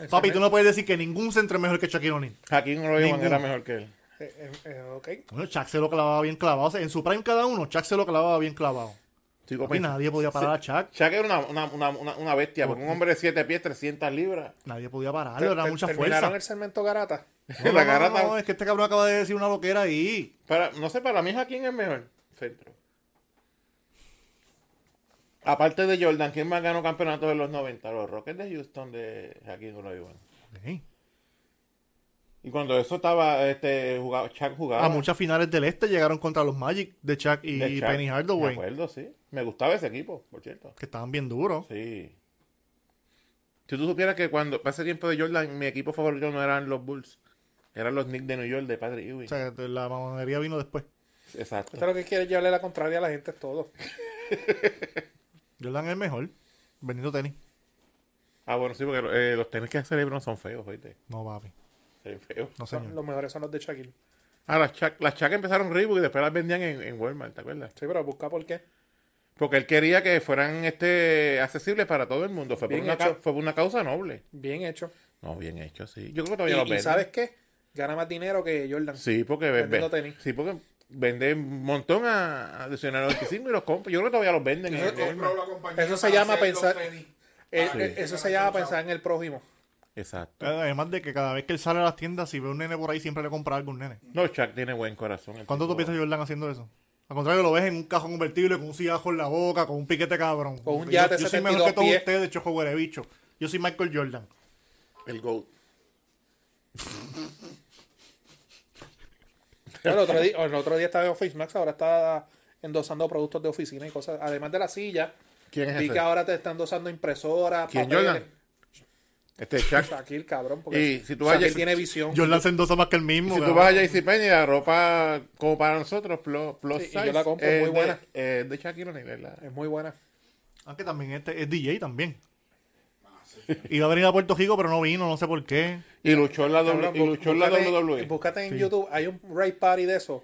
Papi, tú no puedes decir que ningún centro es mejor que Shaquille O'Neal. Jaquín Olajuwon Ninguno. era mejor que él. Eh, eh, eh, ok. Bueno, Shaq se lo clavaba bien clavado. O sea, en su prime cada uno, Shaq se lo clavaba bien clavado. Sigo Papi, pensando. nadie podía parar a Shaq. Shaq era una, una, una, una, una bestia, porque un hombre de 7 pies, 300 libras. Nadie podía pararlo, era Ter- Ah, mucha Terminaron fuerza. el segmento garata. (laughs) (laughs) No, no, la no, garata. no, es que este cabrón acaba de decir una loquera ahí. Para, no sé, para mí Jaquín es mejor centro. Aparte de Jordan, ¿quién más ganó campeonatos de los 90? Los Rockets de Houston de Jaquín Olajuwon. Sí. Y cuando eso estaba, este, jugaba, Shaq jugaba. A muchas finales del este llegaron contra los Magic de Shaq Ah, y de Shaq. Penny Hardaway, Me acuerdo, sí. Me gustaba ese equipo, por cierto. que estaban bien duros. Sí. Si tú supieras que cuando pasé tiempo de Jordan, mi equipo favorito no eran los Bulls, eran los Knicks de New York de Patrick Ewing. O sea, la mamonería vino después. Exacto. Esto es lo que quiere llevarle la contraria a la gente es todo. Jordan es el mejor. Benito tenis. Ah, bueno, sí, porque eh, los tenis que hace Lebron son feos, oíste. No, papi. Se ven feos. No, Son- señor. los mejores son los de Shaquille. Ah, las Chuck, las Chuck empezaron Reebok y después las vendían en, en Walmart, ¿te acuerdas? Sí, pero busca por qué. Porque él quería que fueran este accesibles para todo el mundo. Fue por, Bien una, ca- hecho. fue por una causa noble. Bien hecho. No, bien hecho, sí. Yo creo que Y, todavía los y venden. ¿sabes qué? Gana más dinero que Jordan. Sí, porque ven- Vendiendo ven- tenis. Sí, porque venden un montón a, a Diccionario 95 y los compran. Yo creo que todavía los venden. en- en- Eso se llama pensar- Eh, eh, eso se llama pensar en el prójimo. Exacto. Además de que cada vez que él sale a las tiendas, si ve un nene por ahí, siempre le compra algo a un nene. No, Chuck tiene buen corazón. el ¿Cuánto tú tipo. piensas Jordan haciendo eso? Al contrario, lo ves en un cajón convertible con un sillajo en la boca, con un piquete cabrón. Con un Yo- yate Yo, soy 72 mejor que todos pies. ustedes, choco huele bicho. Yo soy Michael Jordan. El GOAT. No, el, otro día, el otro día estaba en Office Max, ahora está endosando productos de oficina y cosas. Además de la silla, ¿Quién es vi ese? que ahora te están endosando impresoras. ¿Quién, papeles. Jordan? Este Chuck. Shaquille, cabrón. Porque Y si tú Shaquille vayas- tiene visión. Jordan se endosa más que el mismo. Si tú cabrón. vas a JCPenney, la ropa como para nosotros, plus, plus Sí, y yo size, la compro, es muy de- buena. es de Shaquille O'Neal, ¿verdad? Es muy buena. Ah, que también este es DJ también. Ah, Iba a venir a Puerto Rico, pero no vino, no sé por qué. Y luchó en la, doble- Cabrón, y luchó en la E. búscate- WWE. Búscate en YouTube, hay un raid party de eso.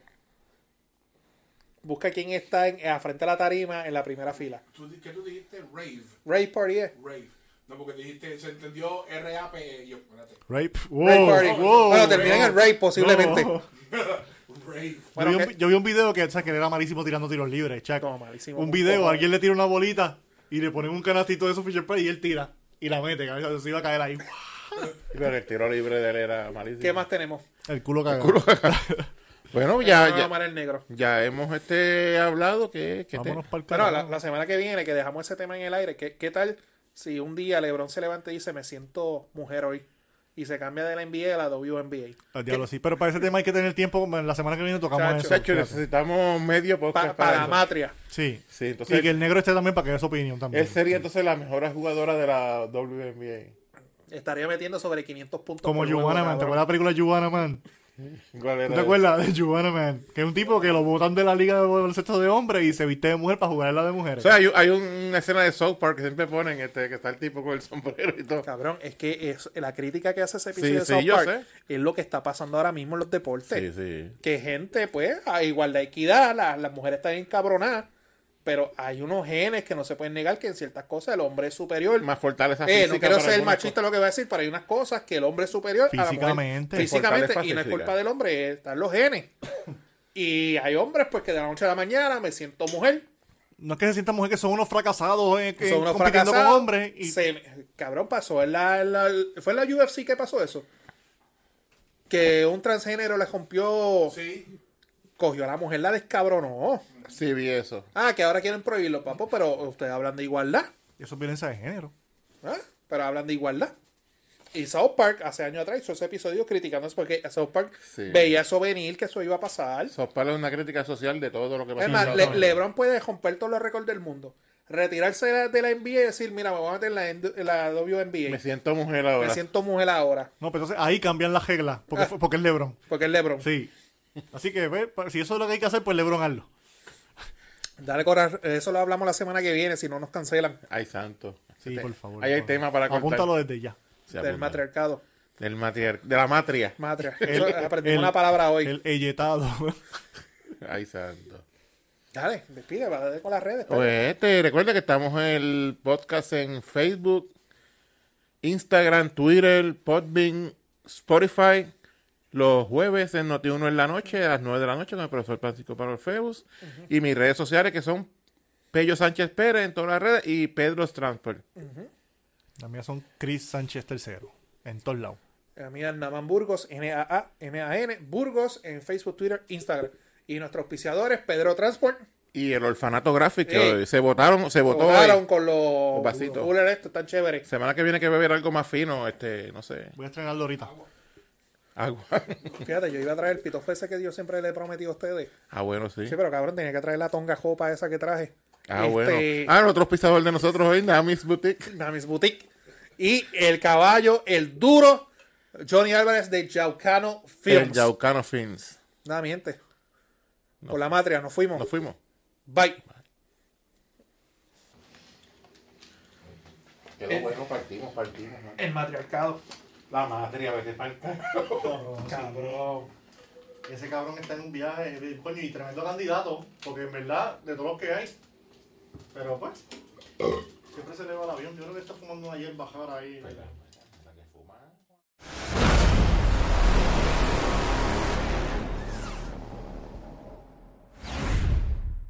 Busca quién está en, a frente a la tarima en la primera fila. ¿Qué tú dijiste? Rave. Raid party es. Rave. No, porque dijiste, se entendió R-A-P-E. E. Yo, espérate. Rape. Raid Wow, party. wow. bueno, termina en el raid posiblemente. No. Rave. Bueno, yo, vi que- un, yo vi un video que, o sea, que él era malísimo tirando tiros libres, Chuck. No, malísimo, Un como video, cojones. alguien le tira una bolita y le ponen un canastito de esos Fisher Price y él tira. Y la mete, cabeza, se iba a caer ahí. Pero el tiro libre de él era malísimo. ¿Qué más tenemos? El culo cagado. Bueno, Pues ya, Vamos a ya, llamar el negro. ya hemos este, hablado que... que te- Vámonos para el Bueno, carajo. la, la semana que viene que dejamos ese tema en el aire, ¿qué, qué tal si un día Lebron se levanta y dice me siento mujer hoy? y se cambia de la NBA a la WNBA. Al diablo, sí. Pero para ese tema hay que tener tiempo. La semana que viene tocamos Chacho. eso. Chacho, necesitamos medio Pa- podcast para para, la eso. matria. Sí. Sí, entonces Y que el negro esté también para que dé su opinión también. él sería entonces la mejor jugadora de la WNBA. Estaría metiendo sobre 500 puntos. Como por juego, Juana Man. cabrón. ¿Te acuerdas de la película Juana Man? ¿Cuál ¿Tú era te él? acuerdas de Juana Man? Que es un tipo que lo botan de la liga de baloncesto de hombres y se viste de mujer para jugar en la de O mujeres. sea, hay, un- hay una escena de South Park que siempre ponen este, que está el tipo con el sombrero y todo. Cabrón, es que es, la crítica que hace ese episodio sí, de South yo Park es lo que está pasando ahora mismo en los deportes. sí. que gente, pues, a igualdad de equidad, la- las mujeres están encabronadas, pero hay unos genes que no se pueden negar que en ciertas cosas el hombre es superior. Más fortaleza Eh, física no quiero para ser algunas machista lo que voy a decir, pero hay unas cosas que el hombre es superior a la mujer. Físicamente. Físicamente, Fortaleza y no es física. culpa del hombre, están los genes. (coughs) y hay hombres, pues, que de la noche a la mañana me siento mujer, No es que se sientan mujeres que son unos fracasados eh, que son unos compitiendo fracasados. con hombres. Y... se- cabrón, pasó. en la- en la- ¿Fue en la UFC que pasó eso? Que un transgénero le rompió, Sí, cogió a la mujer, la descabronó. cosas. Sí, vi eso. Ah, que ahora quieren prohibirlo, papo, pero ustedes hablan de igualdad. Eso es violencia de género. ¿ah? Pero hablan de igualdad. Y South Park, hace años atrás, hizo ese episodio criticándose porque South Park Sí. veía eso venir, que eso iba a pasar. South Park es una crítica social de todo lo que pasa. Es en más, South Le- Park. LeBron puede romper todos los récords del mundo. Retirarse de la, de la NBA y decir, mira, me voy a meter en la, N- en la WNBA. Me Me siento, siento mujer ahora. mujer ahora, No, pero entonces ahí cambian las reglas. Porque, Ah. fue- porque es Lebron. porque es LeBron. Sí. Así que, ve, pa- si eso es lo que hay que hacer, pues Lebron hazlo. Dale coraje, eso lo hablamos la semana que viene, si no nos cancelan Ay, santo. Sí, Este, por favor. Ahí hay por tema favor. para cortar. Apúntalo desde ya. Se del apunta. matriarcado. Del matriar- De la matria. (laughs) Matria. El- Eso, aprendimos el- una palabra hoy. El eyetado. Ay, santo. Dale, despide, va, dale con las redes. Pues, este, recuerda que estamos en el podcast en Facebook, Instagram, Twitter, Podbean, Spotify. Los jueves en Noti1 en la noche, a las 9 de la noche, con el profesor Francisco Pablo Orfeus. Y mis redes sociales que son Pello Sánchez Pérez en todas las redes y Pedro Transfer. (laughs) Las mías son Chris Sánchez III. En todos lados. A mí Naman Burgos, N-A-A-M-A-N, Burgos en Facebook, Twitter, Instagram. Y nuestros auspiciadores, Pedro Transport, Y el orfanato gráfico. Sí. Se votaron, se votó. votaron hoy. con los Los vasitos. los coolers estos tan chéveres. Semana que viene que beber algo más fino, este, no sé, Voy a estrenarlo ahorita. agua. Fíjate, yo iba a traer el pitojo ese que yo siempre le he prometido a ustedes. ah, bueno, sí. Sí, pero cabrón, tenía que traer la tonga jopa esa que traje. Ah, Este, bueno. Ah, el otro pisador de nosotros hoy, Namis Boutique. Namis Boutique. Y el caballo, el duro, Johnny Álvarez de Yaucano El Films. Yaucano Fins. Nada miente. Con la matria, nos fuimos. Nos fuimos. Bye. Quedó bueno, partimos, partimos. El matriarcado. La matria, a veces Cabrón. Ese cabrón está en un viaje, eh, coño, y tremendo candidato, porque en verdad, de todos los que hay. Pero pues, siempre se le va el avión. Yo creo que está fumando una hierba jara ahí.